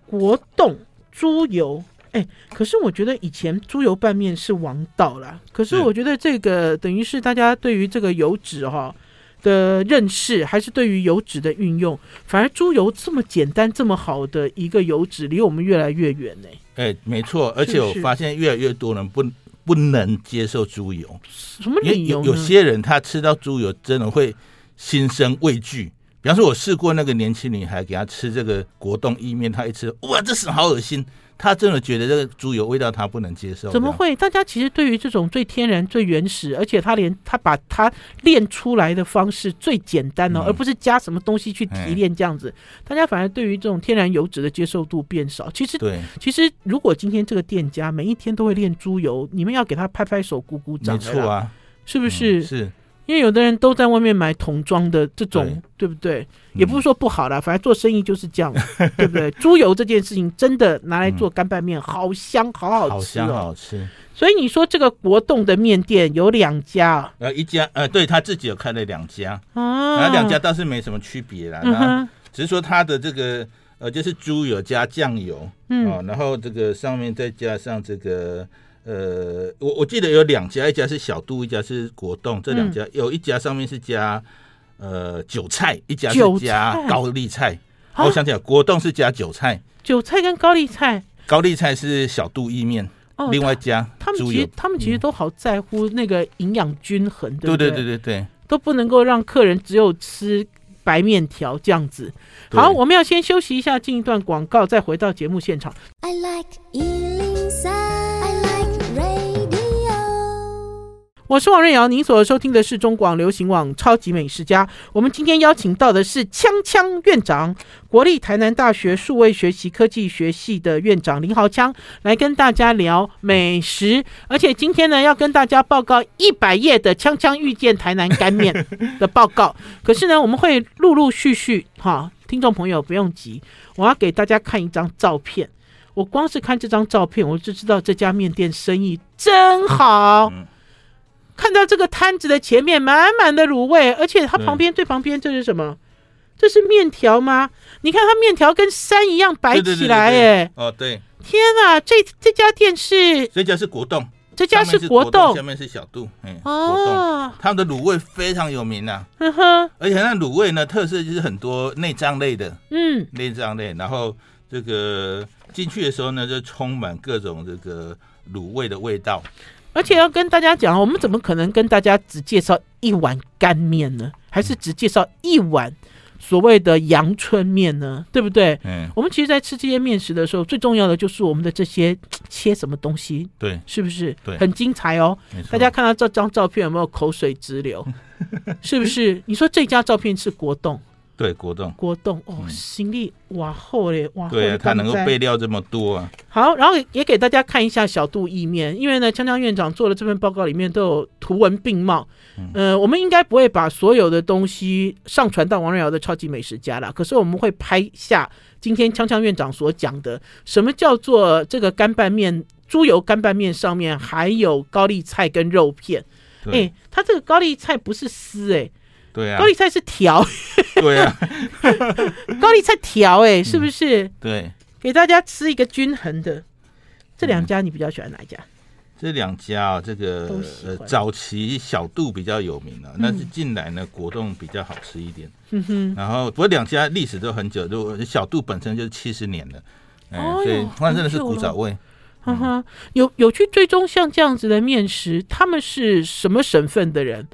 Speaker 1: 国栋猪油，哎、可是我觉得以前猪油拌面是王道
Speaker 2: 嗯
Speaker 1: 啦。可是
Speaker 2: 是
Speaker 1: 我觉得这个等于是大家对于这个油脂哈的认识，还是对于油脂的运用，反而猪油这么简单、这么好的一个油脂，离我们越来越远呢、
Speaker 2: 哎，没错，而且我
Speaker 1: 是
Speaker 2: 发现越来越多人不不能接受猪油，
Speaker 1: 什么
Speaker 2: 因为
Speaker 1: 理由
Speaker 2: 有
Speaker 1: 呢？
Speaker 2: 有些人他吃到猪油真的会心生畏惧。比方说，我试过那个年轻女孩给她吃这个国栋意面，她一吃，哇，这是好恶心！她真的觉得这个猪油味道她不能接受。
Speaker 1: 怎么会？大家其实对于这种最天然、最原始，而且他连他把它炼出来的方式最简单哦，
Speaker 2: 嗯
Speaker 1: 而不是加什么东西去提
Speaker 2: 嗯
Speaker 1: 炼这样子，大家反而对于这种天然油脂的接受度变少。其实
Speaker 2: 这，样？
Speaker 1: 其实如果今天这个店家每一天都会炼猪油，你们要给他拍拍手、鼓鼓
Speaker 2: 对，没
Speaker 1: 掌，
Speaker 2: 错，啊，
Speaker 1: 是不
Speaker 2: 不
Speaker 1: 是？
Speaker 2: 是，
Speaker 1: 因为有的人都在外面买桶装的这种，对不对？
Speaker 2: 嗯
Speaker 1: 也不是说不好啦，反正做生意就是这样，对不对？猪油这件事情真的拿来做干拌面，好香，好好
Speaker 2: 嗯好
Speaker 1: 吃
Speaker 2: 香
Speaker 1: 哦。
Speaker 2: 好吃。
Speaker 1: 所以你说这个国栋的面店有两家啊
Speaker 2: 呃，一家呃，对他自己有开了两家，
Speaker 1: 啊，
Speaker 2: 然后两家倒是没什么区别啦，
Speaker 1: 嗯
Speaker 2: 然后
Speaker 1: 哼，
Speaker 2: 只是说它的这个呃，就是猪油加酱油，
Speaker 1: 嗯
Speaker 2: 哦，然后这个上面再加上这个呃，我我记得有两家，一家是小肚，一家是果冻，这
Speaker 1: 嗯
Speaker 2: 两家、有一家上面是加呃韭菜，一家
Speaker 1: 韭
Speaker 2: 是
Speaker 1: 菜
Speaker 2: 加高丽菜，
Speaker 1: 啊
Speaker 2: 我想起来，果冻是加韭菜，
Speaker 1: 韭菜跟高丽菜
Speaker 2: 高丽菜是小肚意面，
Speaker 1: 哦，
Speaker 2: 另外加
Speaker 1: 他们
Speaker 2: 猪
Speaker 1: 其
Speaker 2: 油嗯
Speaker 1: 实，他们其实都好在乎那个营养均衡，对不
Speaker 2: 对
Speaker 1: 对
Speaker 2: 对对对，
Speaker 1: 都不能够让客人只有吃白面条这样子。
Speaker 2: 对
Speaker 1: 好，我们要先休息一下，进一段广告，再回到节目现场。
Speaker 3: I like Ealing Sound. I like radio.
Speaker 1: 我是王瑞瑶，您所收听的是中广流行网《超级美食家》。我们今天邀请到的是锵锵院长，国立台南大学数位学习科技学系的院长林豪锵，来跟大家聊美食。而且今天呢，要跟大家报告一百页的《锵锵遇见台南干 面》的报告。可是呢，我们会陆陆续续哈，听众朋友不用急，我要给大家看一张照片。我光是看这张照片，我就知道这家面店生意真好。
Speaker 2: 嗯
Speaker 1: 看到这个摊子的前面满满的卤味，而且它
Speaker 2: 对
Speaker 1: 旁边最旁边这是什么？这是面条吗？你看它面条跟山一样白
Speaker 2: 对对对
Speaker 1: 起
Speaker 2: 对
Speaker 1: 来，
Speaker 2: 对
Speaker 1: 哎，
Speaker 2: 哦对，
Speaker 1: 天啊！这这家店是
Speaker 2: 这家是果冻，
Speaker 1: 这家
Speaker 2: 上面
Speaker 1: 是
Speaker 2: 国
Speaker 1: 国
Speaker 2: 冻，
Speaker 1: 栋
Speaker 2: 下面是小肚，嗯，果冻。
Speaker 1: 哦，嗯
Speaker 2: 他们的卤味非常有名啊，
Speaker 1: 呵呵，
Speaker 2: 而且那卤味呢，特色就是很多内脏类的
Speaker 1: 嗯，
Speaker 2: 内脏类，然后这个进去的时候呢，就充满各种这个卤味的味道。
Speaker 1: 而且要跟大家讲，我们怎么可能跟大家只介绍一碗干面呢？还是只介绍一碗？所谓的阳春面呢？对不对？
Speaker 2: 嗯，
Speaker 1: 我们其实，在吃这些面食的时候，最重要的就是我们的这些切什么东西，
Speaker 2: 对，
Speaker 1: 是不是？
Speaker 2: 对
Speaker 1: 很精彩哦。
Speaker 2: 没错
Speaker 1: 大家看到这张照片有没有口水直 流？是不是？你说这家照片是国栋，
Speaker 2: 对果冻，
Speaker 1: 国栋哦，
Speaker 2: 嗯
Speaker 1: 行李哇厚嘞，哇厚
Speaker 2: 对啊，
Speaker 1: 嘞，
Speaker 2: 它能够
Speaker 1: 干不
Speaker 2: 备料这么多啊，
Speaker 1: 好，然后也给大家看一下小肚意面，因为呢，锵锵院长做的这份报告里面都有图文并茂。
Speaker 2: 嗯
Speaker 1: 呃，我们应该不会把所有的东西上传到王瑞瑶的超级美食家啦，可是我们会拍下今天锵锵院长所讲的，什么叫做这个干拌面，猪油干拌面上面还有高丽菜跟肉片。哎、
Speaker 2: 对
Speaker 1: 它这个高丽菜不是丝哎、
Speaker 2: 对啊
Speaker 1: 高，丽菜是条，
Speaker 2: 对啊，
Speaker 1: 高丽菜条哎、
Speaker 2: 嗯
Speaker 1: 是不是？
Speaker 2: 对，
Speaker 1: 给大家吃一个均衡的。这两家你比较喜欢哪一家？
Speaker 2: 这两家啊，这个
Speaker 1: 都喜欢
Speaker 2: 呃早期小度比较有名啊，但是近来呢，果冻比较好吃一点。
Speaker 1: 嗯哼，
Speaker 2: 然后不过两家历史都很久，就小度本身就是七十年了，哎、
Speaker 1: 哦哟
Speaker 2: 所以那真的是
Speaker 1: 很久
Speaker 2: 古早
Speaker 1: 了
Speaker 2: 味。
Speaker 1: 哈哈，有有去追踪像这样子的面食，他们是什么省份的人？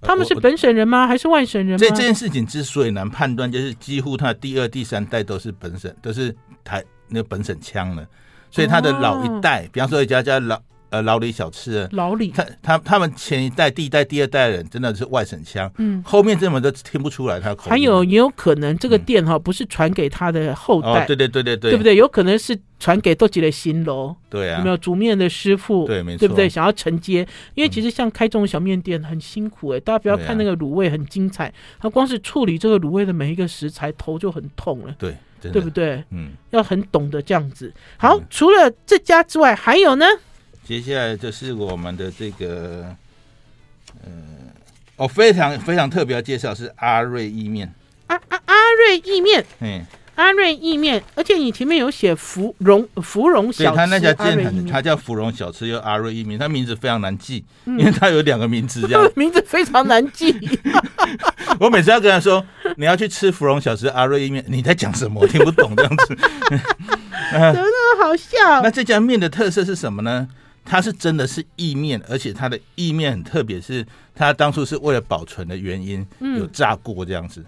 Speaker 1: 他们是
Speaker 2: 呃我
Speaker 1: 本省人吗？还是外省人
Speaker 2: 这
Speaker 1: 吗
Speaker 2: 这？件事情之所以难判断，就是几乎他第二、第三代都是本省，都是台那个本省腔了，所以他的老一代，比方说有一家叫老呃老李小吃啊，
Speaker 1: 老李，
Speaker 2: 他他他们前一代、第一代、第二代的人真的是外省腔，
Speaker 1: 嗯，
Speaker 2: 后面这么都听不出来他的口音。
Speaker 1: 还有也有可能这个店哈、不是传给他的后代，
Speaker 2: 嗯哦，对对对对对，
Speaker 1: 不？对？有可能是传给都吉的新楼，
Speaker 2: 对啊
Speaker 1: 有没，有煮面的师傅？
Speaker 2: 对没错嗯
Speaker 1: 对不对？想要承接，因为其实像开这种小面店很辛苦哎、大家不要
Speaker 2: 对啊
Speaker 1: 看那个卤味很精彩，他光是处理这个卤味的每一个食材头就很痛了，
Speaker 2: 对，真的
Speaker 1: 对不对？
Speaker 2: 嗯，
Speaker 1: 要很懂得这样子。好，
Speaker 2: 嗯
Speaker 1: 除了这家之外，还有呢？
Speaker 2: 接下来就是我们的这个，呃，哦，非常非常特别的介绍是阿瑞意面，
Speaker 1: 阿啊阿阿瑞意面，
Speaker 2: 嗯，
Speaker 1: 阿瑞意面，而且你前面有写芙蓉芙蓉
Speaker 2: 所以
Speaker 1: 小吃 E
Speaker 2: 他那家
Speaker 1: 阿瑞
Speaker 2: 店
Speaker 1: 意
Speaker 2: 很，
Speaker 1: 面
Speaker 2: 他叫芙蓉小吃又阿瑞意面，他名字非常难记，
Speaker 1: 嗯
Speaker 2: 因为他有两个名字这
Speaker 1: 他
Speaker 2: 样
Speaker 1: 的。名字非常难 记，
Speaker 2: 我每次要跟他说你要去吃芙蓉小吃阿瑞意面，你在讲什么？我听不懂这样子。
Speaker 1: 好笑
Speaker 2: 那。这家面的特色是什么呢？它是真的是意面，而且它的意面很特别，是它当初是为了保存的原因，
Speaker 1: 嗯
Speaker 2: 有炸过这样子。
Speaker 1: 哦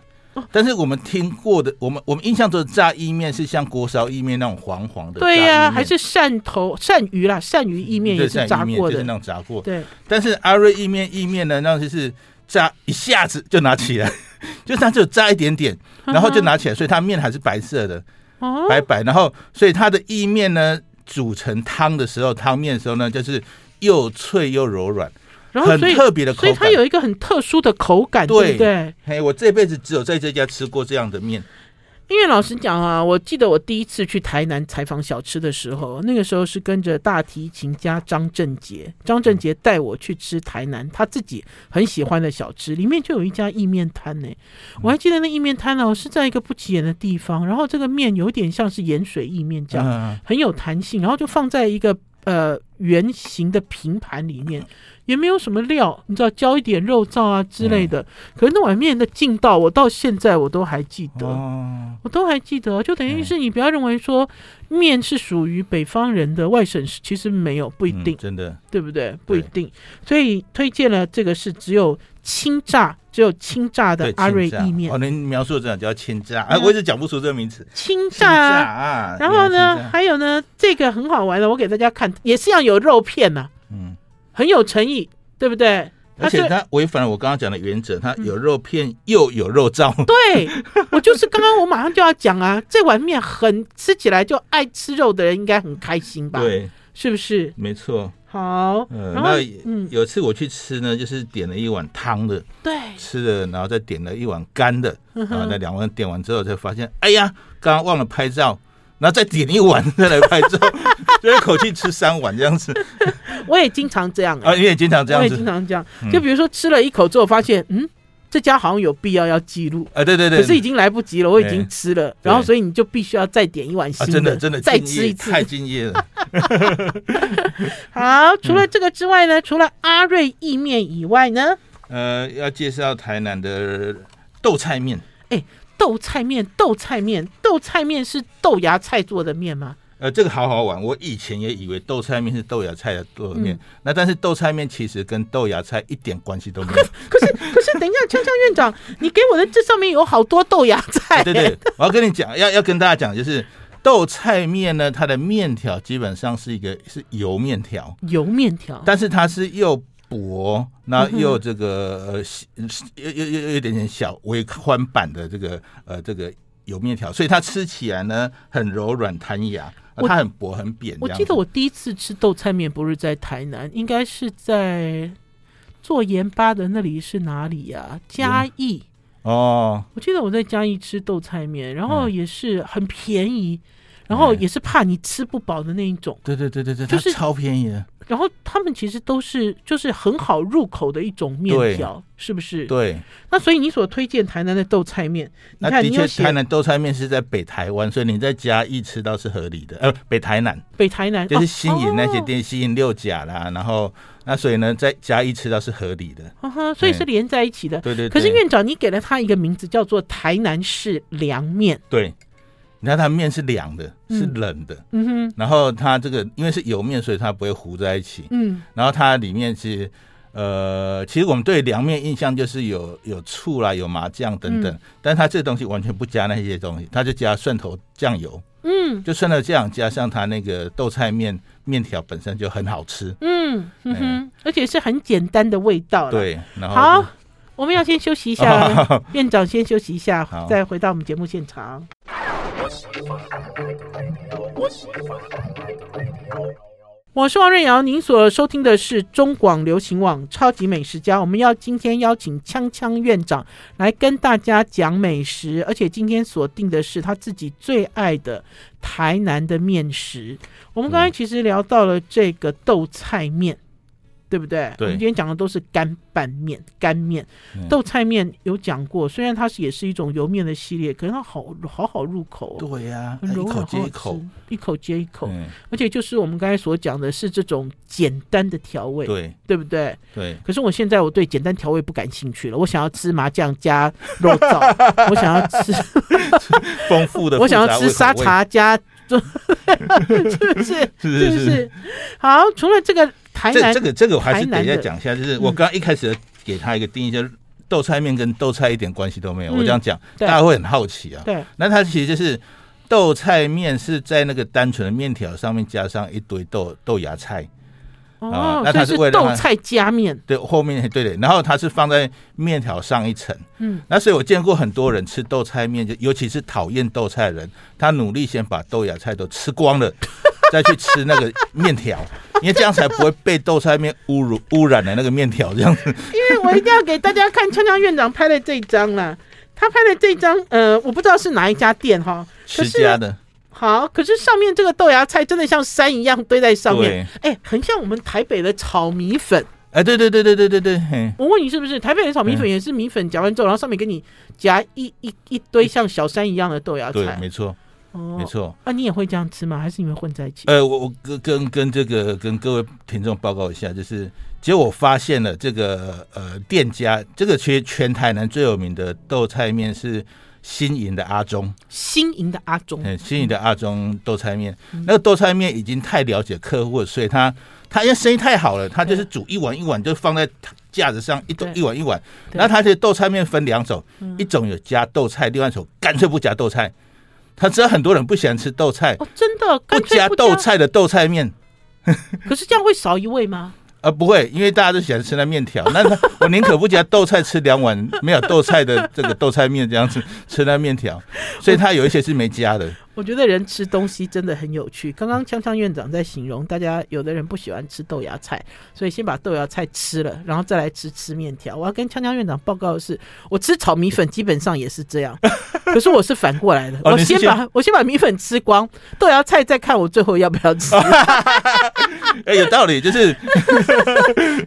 Speaker 2: 但是我们听过的，我们我们印象中的炸意面是像锅烧意面那种黄黄的炸
Speaker 1: 对
Speaker 2: 意面，嗯
Speaker 1: 呀、还是汕头鳝鱼啦，鳝鱼意面也是
Speaker 2: 对
Speaker 1: 炸
Speaker 2: 鳝鱼面
Speaker 1: 过
Speaker 2: 就是
Speaker 1: 的
Speaker 2: 那。种炸过。
Speaker 1: 对，
Speaker 2: 但是阿瑞意面意面呢，那就是炸一下子就拿起来， 就是它只有炸一点点，然后就拿起来，所以它面还是白色的。
Speaker 1: 嗯哦，
Speaker 2: 白白，然后所以它的意面呢，煮成汤的时候，汤面的时候呢，就是又脆又柔软，
Speaker 1: 然后
Speaker 2: 很
Speaker 1: 哦所以
Speaker 2: 特别的口
Speaker 1: 所以
Speaker 2: 感。
Speaker 1: 它有一个很特殊的口感，对不
Speaker 2: 对
Speaker 1: 对？
Speaker 2: 嘿，我这辈子只有在这家吃过这样的面，
Speaker 1: 因为老实讲啊，我记得我第一次去台南采访小吃的时候，那个时候是跟着大提琴家张振杰，张振杰带我去吃台南他自己很喜欢的小吃，里面就有一家意面摊呢、我还记得那意面摊哦，是在一个不起眼的地方，然后这个面有点像是盐水意面这样，
Speaker 2: 嗯，
Speaker 1: 很有弹性，然后就放在一个呃圆形的平盘里
Speaker 2: 嗯
Speaker 1: 面，也没有什么料，你知道浇一点肉燥啊之类
Speaker 2: 嗯
Speaker 1: 的。可是那碗面的劲道，我到现在我都还记得。
Speaker 2: 哦，
Speaker 1: 我都还记得，就等于是你不要认为说面是属于北方人的外省市，其实没有，不一定，
Speaker 2: 嗯真的，
Speaker 1: 对不对？不一定。所以推荐了这个是只有清炸，只有清炸的
Speaker 2: 对，
Speaker 1: 阿瑞
Speaker 2: 清炸
Speaker 1: 意面
Speaker 2: 哦，，您描述这样叫清炸，哎，我一直讲不出这个名词，
Speaker 1: 清
Speaker 2: 清炸
Speaker 1: 炸啊。
Speaker 2: 啊，
Speaker 1: 然后
Speaker 2: 原来是
Speaker 1: 呢，
Speaker 2: 这样，
Speaker 1: 还有呢，这个很好玩的，我给大家看，也是要有肉片啊呐、
Speaker 2: 嗯，
Speaker 1: 很有诚意，对不对？
Speaker 2: 而
Speaker 1: 是嗯
Speaker 2: 且它违反了我刚刚讲的原则，它有肉片又有肉燥，
Speaker 1: 对 我就是刚刚我马上就要讲啊，这碗面很吃起来就爱吃肉的人应该很开心吧？，
Speaker 2: 对，
Speaker 1: 是不是？
Speaker 2: 没错，
Speaker 1: 好，
Speaker 2: 嗯，
Speaker 1: 然后
Speaker 2: 那
Speaker 1: 嗯，
Speaker 2: 有次我去吃呢，就是点了一碗汤的，
Speaker 1: 对，
Speaker 2: 吃了，然后再点了一碗干的，
Speaker 1: 嗯
Speaker 2: 然后那
Speaker 1: 哼，
Speaker 2: 两碗点完之后才发现，哎呀，刚刚忘了拍照，然后再点一碗 再来拍照，就一口气吃三碗这样子
Speaker 1: 我也经常这样、欸，
Speaker 2: 啊，你也经常这
Speaker 1: 我
Speaker 2: 样
Speaker 1: 也经
Speaker 2: 子
Speaker 1: 常这样。
Speaker 2: 嗯
Speaker 1: 就比如说吃了一口之后，发现嗯，这家好像有必要要记录，
Speaker 2: 啊，对对对，
Speaker 1: 可是已经来不及了，我已经
Speaker 2: 哎
Speaker 1: 吃了，然后所以你就必须要再点一碗
Speaker 2: 啊，
Speaker 1: 新
Speaker 2: 真的真的
Speaker 1: 再
Speaker 2: 敬
Speaker 1: 吃
Speaker 2: 业
Speaker 1: 一次。
Speaker 2: 太敬业了，
Speaker 1: 好，除
Speaker 2: 嗯
Speaker 1: 了这个之外呢，除了阿瑞意面以外呢，
Speaker 2: 呃，要介绍台南的豆菜面，
Speaker 1: 豆菜面，豆菜面，豆菜面是豆芽菜做的面吗？
Speaker 2: 呃，这个好好玩。我以前也以为豆菜面是豆芽菜的豆芽
Speaker 1: 嗯
Speaker 2: 面，那但是豆菜面其实跟豆芽菜一点关系都没 有。
Speaker 1: 可是可是，等一下，锵锵院长，你给我的这上面有好多豆芽菜、
Speaker 2: 对对，对我要跟你讲，要要跟大家讲，就是豆菜面呢，它的面条基本上是一个是油面条，
Speaker 1: 油面条，
Speaker 2: 但是它是又薄，
Speaker 1: 嗯
Speaker 2: 那又这个呃细又又又又有一点点小微宽版的这个呃这个油面条，所以它吃起来呢很柔软弹牙，
Speaker 1: 我
Speaker 2: 它很薄很扁这
Speaker 1: 我
Speaker 2: 样子。
Speaker 1: 记得我第一次吃豆菜面不是在台南，应该是在做盐巴的那里是哪里呀、嘉义。
Speaker 2: 哦，
Speaker 1: 我记得我在嘉义吃豆菜
Speaker 2: 嗯
Speaker 1: 面，然后也是很便宜，然后也是怕你吃不饱的那一种。
Speaker 2: 对对对对对，
Speaker 1: 就
Speaker 2: 它
Speaker 1: 是
Speaker 2: 超便宜的，
Speaker 1: 然后他们其实都是就是很好入口的一种面
Speaker 2: 对
Speaker 1: 条，是不是？。
Speaker 2: 对。
Speaker 1: 那所以你所推荐台南的豆菜面，你
Speaker 2: 那
Speaker 1: 看
Speaker 2: 的
Speaker 1: 你有
Speaker 2: 确，
Speaker 1: 写
Speaker 2: 台南豆菜面是在北台湾，所以你在嘉义吃到是合理的。呃，北台南
Speaker 1: 北台南
Speaker 2: 就是
Speaker 1: 哦
Speaker 2: 新营那些店，新营六甲啦，然后那所以呢，在嘉义吃到是合理的。
Speaker 1: 哦啊哈所以
Speaker 2: 对
Speaker 1: 是连在一起的。
Speaker 2: 对对对。
Speaker 1: 可是院长，你给了他一个名字叫做台南市凉面。
Speaker 2: 对，你看它面是凉的，
Speaker 1: 嗯
Speaker 2: 是冷的，
Speaker 1: 嗯哼，
Speaker 2: 然后它这个因为是油面，所以它不会糊在一起。
Speaker 1: 嗯。
Speaker 2: 然后它里面是呃，其实我们对凉面印象就是有有醋啦，有麻酱等
Speaker 1: 嗯
Speaker 2: 等，但它这东西完全不加那些东西，它就加蒜头酱油。
Speaker 1: 嗯
Speaker 2: 就算了这样，加上它那个豆菜面面条本身就很好吃，
Speaker 1: 嗯嗯哼，而且是很简单的味道。，
Speaker 2: 哎对，然后
Speaker 1: 好，我们要先休息一下了，院长先休息一下
Speaker 2: 好，
Speaker 1: 再回到我们节目现场。我是王瑞瑶，您所收听的是中广流行网《超级美食家》。我们要今天邀请锵锵院长来跟大家讲美食，而且今天锁定的是他自己最爱的台南的面食。我们刚才其实聊到了这个豆菜面，对不对？
Speaker 2: 对
Speaker 1: 我们今天讲的都是干拌面、干面、
Speaker 2: 嗯
Speaker 1: 豆菜面有讲过，虽然它是也是一种油面的系列，可是它好好好入口、哦。
Speaker 2: 对呀、
Speaker 1: 很
Speaker 2: 一
Speaker 1: 柔
Speaker 2: 口
Speaker 1: 软，
Speaker 2: 接一
Speaker 1: 好好
Speaker 2: 口
Speaker 1: 吃，一口接一口，
Speaker 2: 嗯，
Speaker 1: 而且就是我们刚才所讲的是这种简单的调味，
Speaker 2: 对
Speaker 1: 对不对？
Speaker 2: 对，
Speaker 1: 可是我现在我对简单调味不感兴趣了，我想要吃麻酱加肉 燥，我想要吃，
Speaker 2: 丰富的，
Speaker 1: 我想要吃沙
Speaker 2: 复
Speaker 1: 茶
Speaker 2: 杂
Speaker 1: 加，是不是？
Speaker 2: 味口
Speaker 1: 是
Speaker 2: 味，是
Speaker 1: 不
Speaker 2: 是是，
Speaker 1: 是？好，除了这个台南
Speaker 2: 这这个这个我还是
Speaker 1: 哎台南
Speaker 2: 等一下
Speaker 1: 的嗯
Speaker 2: 讲一下，就是我刚刚一开始给他一个定义，就是豆菜面跟豆菜一点关系都没有，
Speaker 1: 嗯
Speaker 2: 我这样讲，
Speaker 1: 对
Speaker 2: 大家会很好奇啊。
Speaker 1: 对，
Speaker 2: 那它其实就是豆菜面是在那个单纯的面条上面加上一堆豆豆芽菜，
Speaker 1: 哦
Speaker 2: 啊，
Speaker 1: 所
Speaker 2: 那
Speaker 1: 以
Speaker 2: 它是为
Speaker 1: 是
Speaker 2: 了让
Speaker 1: 豆
Speaker 2: 它
Speaker 1: 菜加面，
Speaker 2: 对，后面对的，然后它是放在面条上一层，
Speaker 1: 嗯，
Speaker 2: 那所以我见过很多人吃豆菜面，就尤其是讨厌豆菜的人，他努力先把豆芽菜都吃光 了，再去吃那个面条，因为这样才不会被豆菜面侮辱污染的那个面条这样子。
Speaker 1: 因为我一定要给大家看锵锵院长拍的这一张啦。他拍的这一张，呃，我不知道是哪一家店哈。可
Speaker 2: 持
Speaker 1: 是
Speaker 2: 家的，
Speaker 1: 好，可是上面这个豆芽菜真的像山一样堆在上面，哎，很像我们台北的炒米粉。
Speaker 2: 哎，对对对对对对对，嘿，
Speaker 1: 我问你是不是台北的炒米粉也是米粉夹完之后，然后上面给你夹一一一堆像小山一样的豆芽
Speaker 2: 对，
Speaker 1: 菜？
Speaker 2: 没错，
Speaker 1: 哦
Speaker 2: 没错。
Speaker 1: 啊，你也会这样吃吗？还是你们混在一起？
Speaker 2: 呃，我我跟跟跟这个跟各位听众报告一下，就是结果我发现了这个呃店家，这个其实全台南最有名的豆菜面是新营的阿中，
Speaker 1: 新营的阿中，
Speaker 2: 嗯，新营的阿中豆菜面，
Speaker 1: 嗯
Speaker 2: 那个豆菜面已经太了解客户了，所以他他因为生意太好了，他就是煮一碗一碗就放在架子上一
Speaker 1: 对
Speaker 2: 一碗一碗，
Speaker 1: 对嗯
Speaker 2: 然后他这豆菜面分两种，一种有加豆菜，另外一种干脆不加豆菜。他知道很多人不喜欢吃豆菜，
Speaker 1: 哦，真的，
Speaker 2: 不
Speaker 1: 干脆
Speaker 2: 加
Speaker 1: 不
Speaker 2: 豆，菜的豆菜面。
Speaker 1: 可是这样会少一味吗？
Speaker 2: 呃，不会，因为大家都喜欢吃那面条， 那他我宁可不加豆菜，吃两碗没有豆菜的这个豆菜面，这样子吃那面 条，所以它有一些是没加的，
Speaker 1: 我觉得人吃东西真的很有趣。刚刚锵锵院长在形容，大家有的人不喜欢吃豆芽菜，所以先把豆芽菜吃了，然后再来吃吃面条。我要跟锵锵院长报告的是，我吃炒米粉基本上也是这 样，可是我是反过来的，
Speaker 2: 哦
Speaker 1: 我
Speaker 2: 你是
Speaker 1: 先把我先把米粉吃光，豆芽菜再看我最后要不要
Speaker 2: 啊
Speaker 1: 吃，
Speaker 2: 哎、有道 理，就是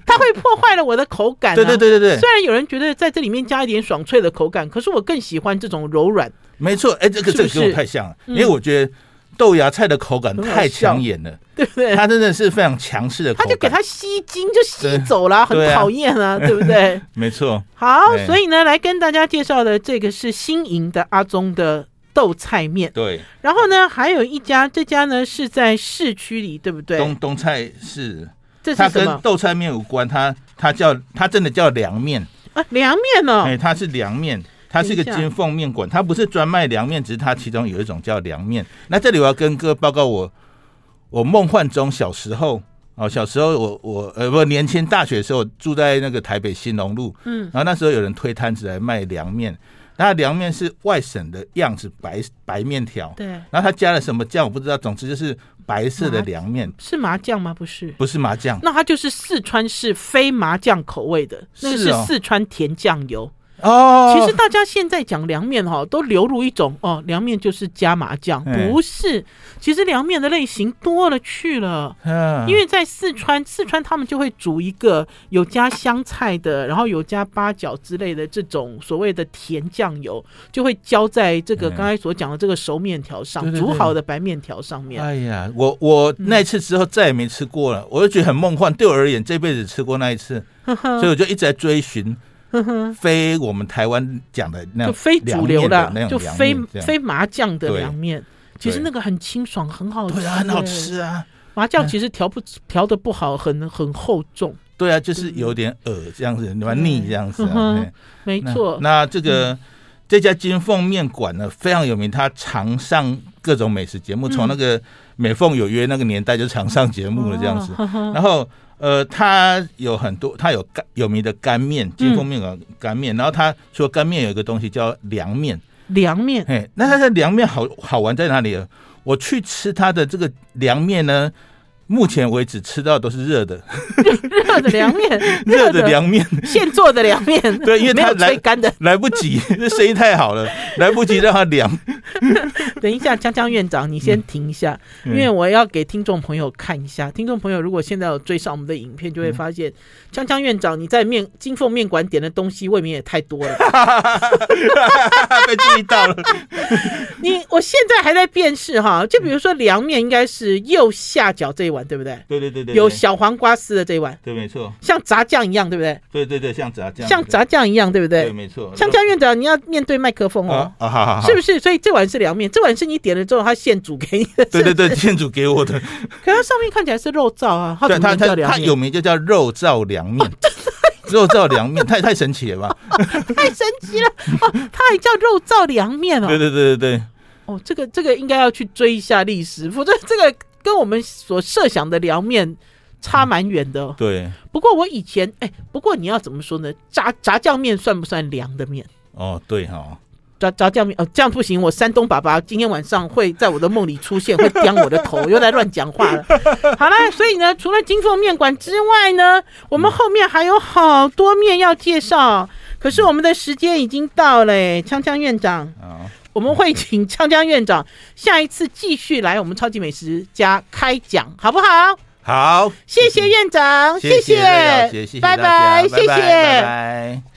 Speaker 1: 它会破坏了我的口感、啊。
Speaker 2: 对对。对对对，
Speaker 1: 虽然有人觉得在这里面加一点爽脆的口感，可是我更喜欢这种柔软。
Speaker 2: 没错，哎、这个
Speaker 1: 是不
Speaker 2: 这个
Speaker 1: 是
Speaker 2: 跟我太像了，
Speaker 1: 嗯
Speaker 2: 因为我觉得豆芽菜的口感
Speaker 1: 很好
Speaker 2: 太
Speaker 1: 笑
Speaker 2: 抢眼了，
Speaker 1: 对不对？
Speaker 2: 它真的是非常强势的口
Speaker 1: 他
Speaker 2: 感，
Speaker 1: 就给它吸睛，就吸
Speaker 2: 对
Speaker 1: 走了，很
Speaker 2: 对啊
Speaker 1: 讨厌啊，对不对？
Speaker 2: 没错，
Speaker 1: 好，
Speaker 2: 哎
Speaker 1: 所以呢，来跟大家介绍的这个是新营的阿宗的豆菜面。
Speaker 2: 对，
Speaker 1: 然后呢，还有一家，这家呢是在市区里，对不对
Speaker 2: 东？东菜是
Speaker 1: 这
Speaker 2: 它
Speaker 1: 是什
Speaker 2: 跟
Speaker 1: 么？
Speaker 2: 豆菜面有关，它它叫它真的叫凉面，
Speaker 1: 啊，凉面哦
Speaker 2: 哎、，它是凉面。它是一个
Speaker 1: 等一下
Speaker 2: 金凤面馆，它不是专卖凉面，只是它其中有一种叫凉面。那这里我要跟各位报告我，我梦幻中小时候哦，小时候我我呃不年轻大学的时候住在那个台北兴隆路，嗯，然后那时候有人推摊子来卖凉面，那凉面是外省的样子白白面条，
Speaker 1: 对，
Speaker 2: 然后他加了什么酱我不知道，总之就是白色的凉面，
Speaker 1: 是麻酱吗？不是，
Speaker 2: 不是麻酱
Speaker 1: 那它就是四川是非麻酱口味的，那个
Speaker 2: 是
Speaker 1: 是
Speaker 2: 哦
Speaker 1: 四川甜酱油。
Speaker 2: 哦
Speaker 1: 其实大家现在讲凉面哈，都流入一种哦，凉面就是加麻酱，
Speaker 2: 嗯
Speaker 1: 不是。其实凉面的类型多了去了。
Speaker 2: 嗯
Speaker 1: 因为在四川，四川他们就会煮一个有加香菜的，然后有加八角之类的这种所谓的甜酱油，就会浇在这个
Speaker 2: 嗯
Speaker 1: 刚才所讲的这个熟面条上，
Speaker 2: 对对
Speaker 1: 煮
Speaker 2: 对
Speaker 1: 好的白面条上面。嗯
Speaker 2: 哎呀，我我那次之后再也没吃过了，我就觉得很梦幻。对我而言，这辈子吃过那一次，所以我就一直在追寻非我们台湾讲的那
Speaker 1: 就
Speaker 2: 种
Speaker 1: 非主流
Speaker 2: 的
Speaker 1: 的
Speaker 2: 那，
Speaker 1: 就
Speaker 2: 种凉
Speaker 1: 非
Speaker 2: 面这样
Speaker 1: 非麻酱的
Speaker 2: 对
Speaker 1: 凉面。其实
Speaker 2: 对
Speaker 1: 那个很清爽，很好吃，
Speaker 2: 对啊，很好。吃啊，
Speaker 1: 麻酱其实调不调的不好，很很厚重，
Speaker 2: 对啊，就是有点恶这样子，蛮腻这样
Speaker 1: 嗯
Speaker 2: 子啊。
Speaker 1: 哼
Speaker 2: 嘿
Speaker 1: 没
Speaker 2: 那
Speaker 1: 错。嗯
Speaker 2: 那这个这家金凤面馆呢非常有名，它常上各种美食节
Speaker 1: 嗯
Speaker 2: 目，从那个美凤有约那个年代就常上节目了这样子。
Speaker 1: 哦呵呵
Speaker 2: 然后呃，它有很多，它有干有名的干面，金丰面
Speaker 1: 嗯
Speaker 2: 有干面，然后它除了干面有一个东西叫凉
Speaker 1: 嗯
Speaker 2: 面，
Speaker 1: 凉 面
Speaker 2: 嘿，那它的凉面好好玩在哪里？啊我去吃它的这个凉面呢，目前为止吃到都是热的，
Speaker 1: 热的凉面，
Speaker 2: 热
Speaker 1: 热
Speaker 2: 的凉面，
Speaker 1: 现做的凉面，
Speaker 2: 对因为
Speaker 1: 没有
Speaker 2: 它来
Speaker 1: 吹干的。
Speaker 2: 来不及， 这生意太好了，来不及让它凉。
Speaker 1: 等一下，江江院长，你先停一下，
Speaker 2: 嗯
Speaker 1: 因为我要给听众朋友看一下。听众朋友如果现在有追上我们的影片，就
Speaker 2: 嗯
Speaker 1: 会发现、江江院长你在面金凤面馆点的东西未免也太多 了。
Speaker 2: 被注意到了，
Speaker 1: 你我现在还在辨识哈，就比如说凉面应该是右下角这一碗，对不对？
Speaker 2: 对对对对，
Speaker 1: 有
Speaker 2: 对
Speaker 1: 小黄瓜丝的这一碗，
Speaker 2: 对没错，
Speaker 1: 像炸酱一样，对不对？
Speaker 2: 对对对，像啊炸酱，
Speaker 1: 像炸酱一样，对不
Speaker 2: 对
Speaker 1: 对？
Speaker 2: 没错，
Speaker 1: 江江院长，你要面对麦克风哦
Speaker 2: 啊，啊，好好好
Speaker 1: 是，不是？所以这碗是凉面，这碗是你点了之后他现煮给你的，
Speaker 2: 对对
Speaker 1: 是不是
Speaker 2: 对，店主给 我的，
Speaker 1: 可它上面看起来是肉燥啊，它
Speaker 2: 对
Speaker 1: 怎么
Speaker 2: 他
Speaker 1: 能叫
Speaker 2: 他
Speaker 1: 凉
Speaker 2: 他
Speaker 1: 面？哦
Speaker 2: 有名就叫肉燥 凉面，肉燥凉面太太神奇了吧？
Speaker 1: 太神奇了！哦，它还叫肉燥凉面
Speaker 2: 对
Speaker 1: 哦。
Speaker 2: 对对对对，
Speaker 1: 哦，这个这个应该要去追一下历史，否则这个跟我们所设想的凉面差蛮远的、哦。
Speaker 2: 对
Speaker 1: 不过我以前哎，不过你要怎么说呢？炸炸酱面算不算凉的面？
Speaker 2: 哦对哈，
Speaker 1: 炸炸酱面哦，这样不行。我山东爸爸今天晚上会在我的梦里出现，会叼我的头，又在乱讲话了。 好啦，所以呢，除了金凤面馆之外呢，我们后面还有好多面要介绍。可是我们的时间已经到了、哎，锵锵院长，
Speaker 2: 啊
Speaker 1: 我们会请锵锵院长下一次继续来我们超级美食家开讲，好不好？
Speaker 2: 好，
Speaker 1: 谢谢院长，
Speaker 2: 谢
Speaker 1: 谢
Speaker 2: 乐瑶姐谢谢
Speaker 1: 拜
Speaker 2: 大家
Speaker 1: 谢
Speaker 2: 拜拜
Speaker 1: 谢。
Speaker 2: 拜拜。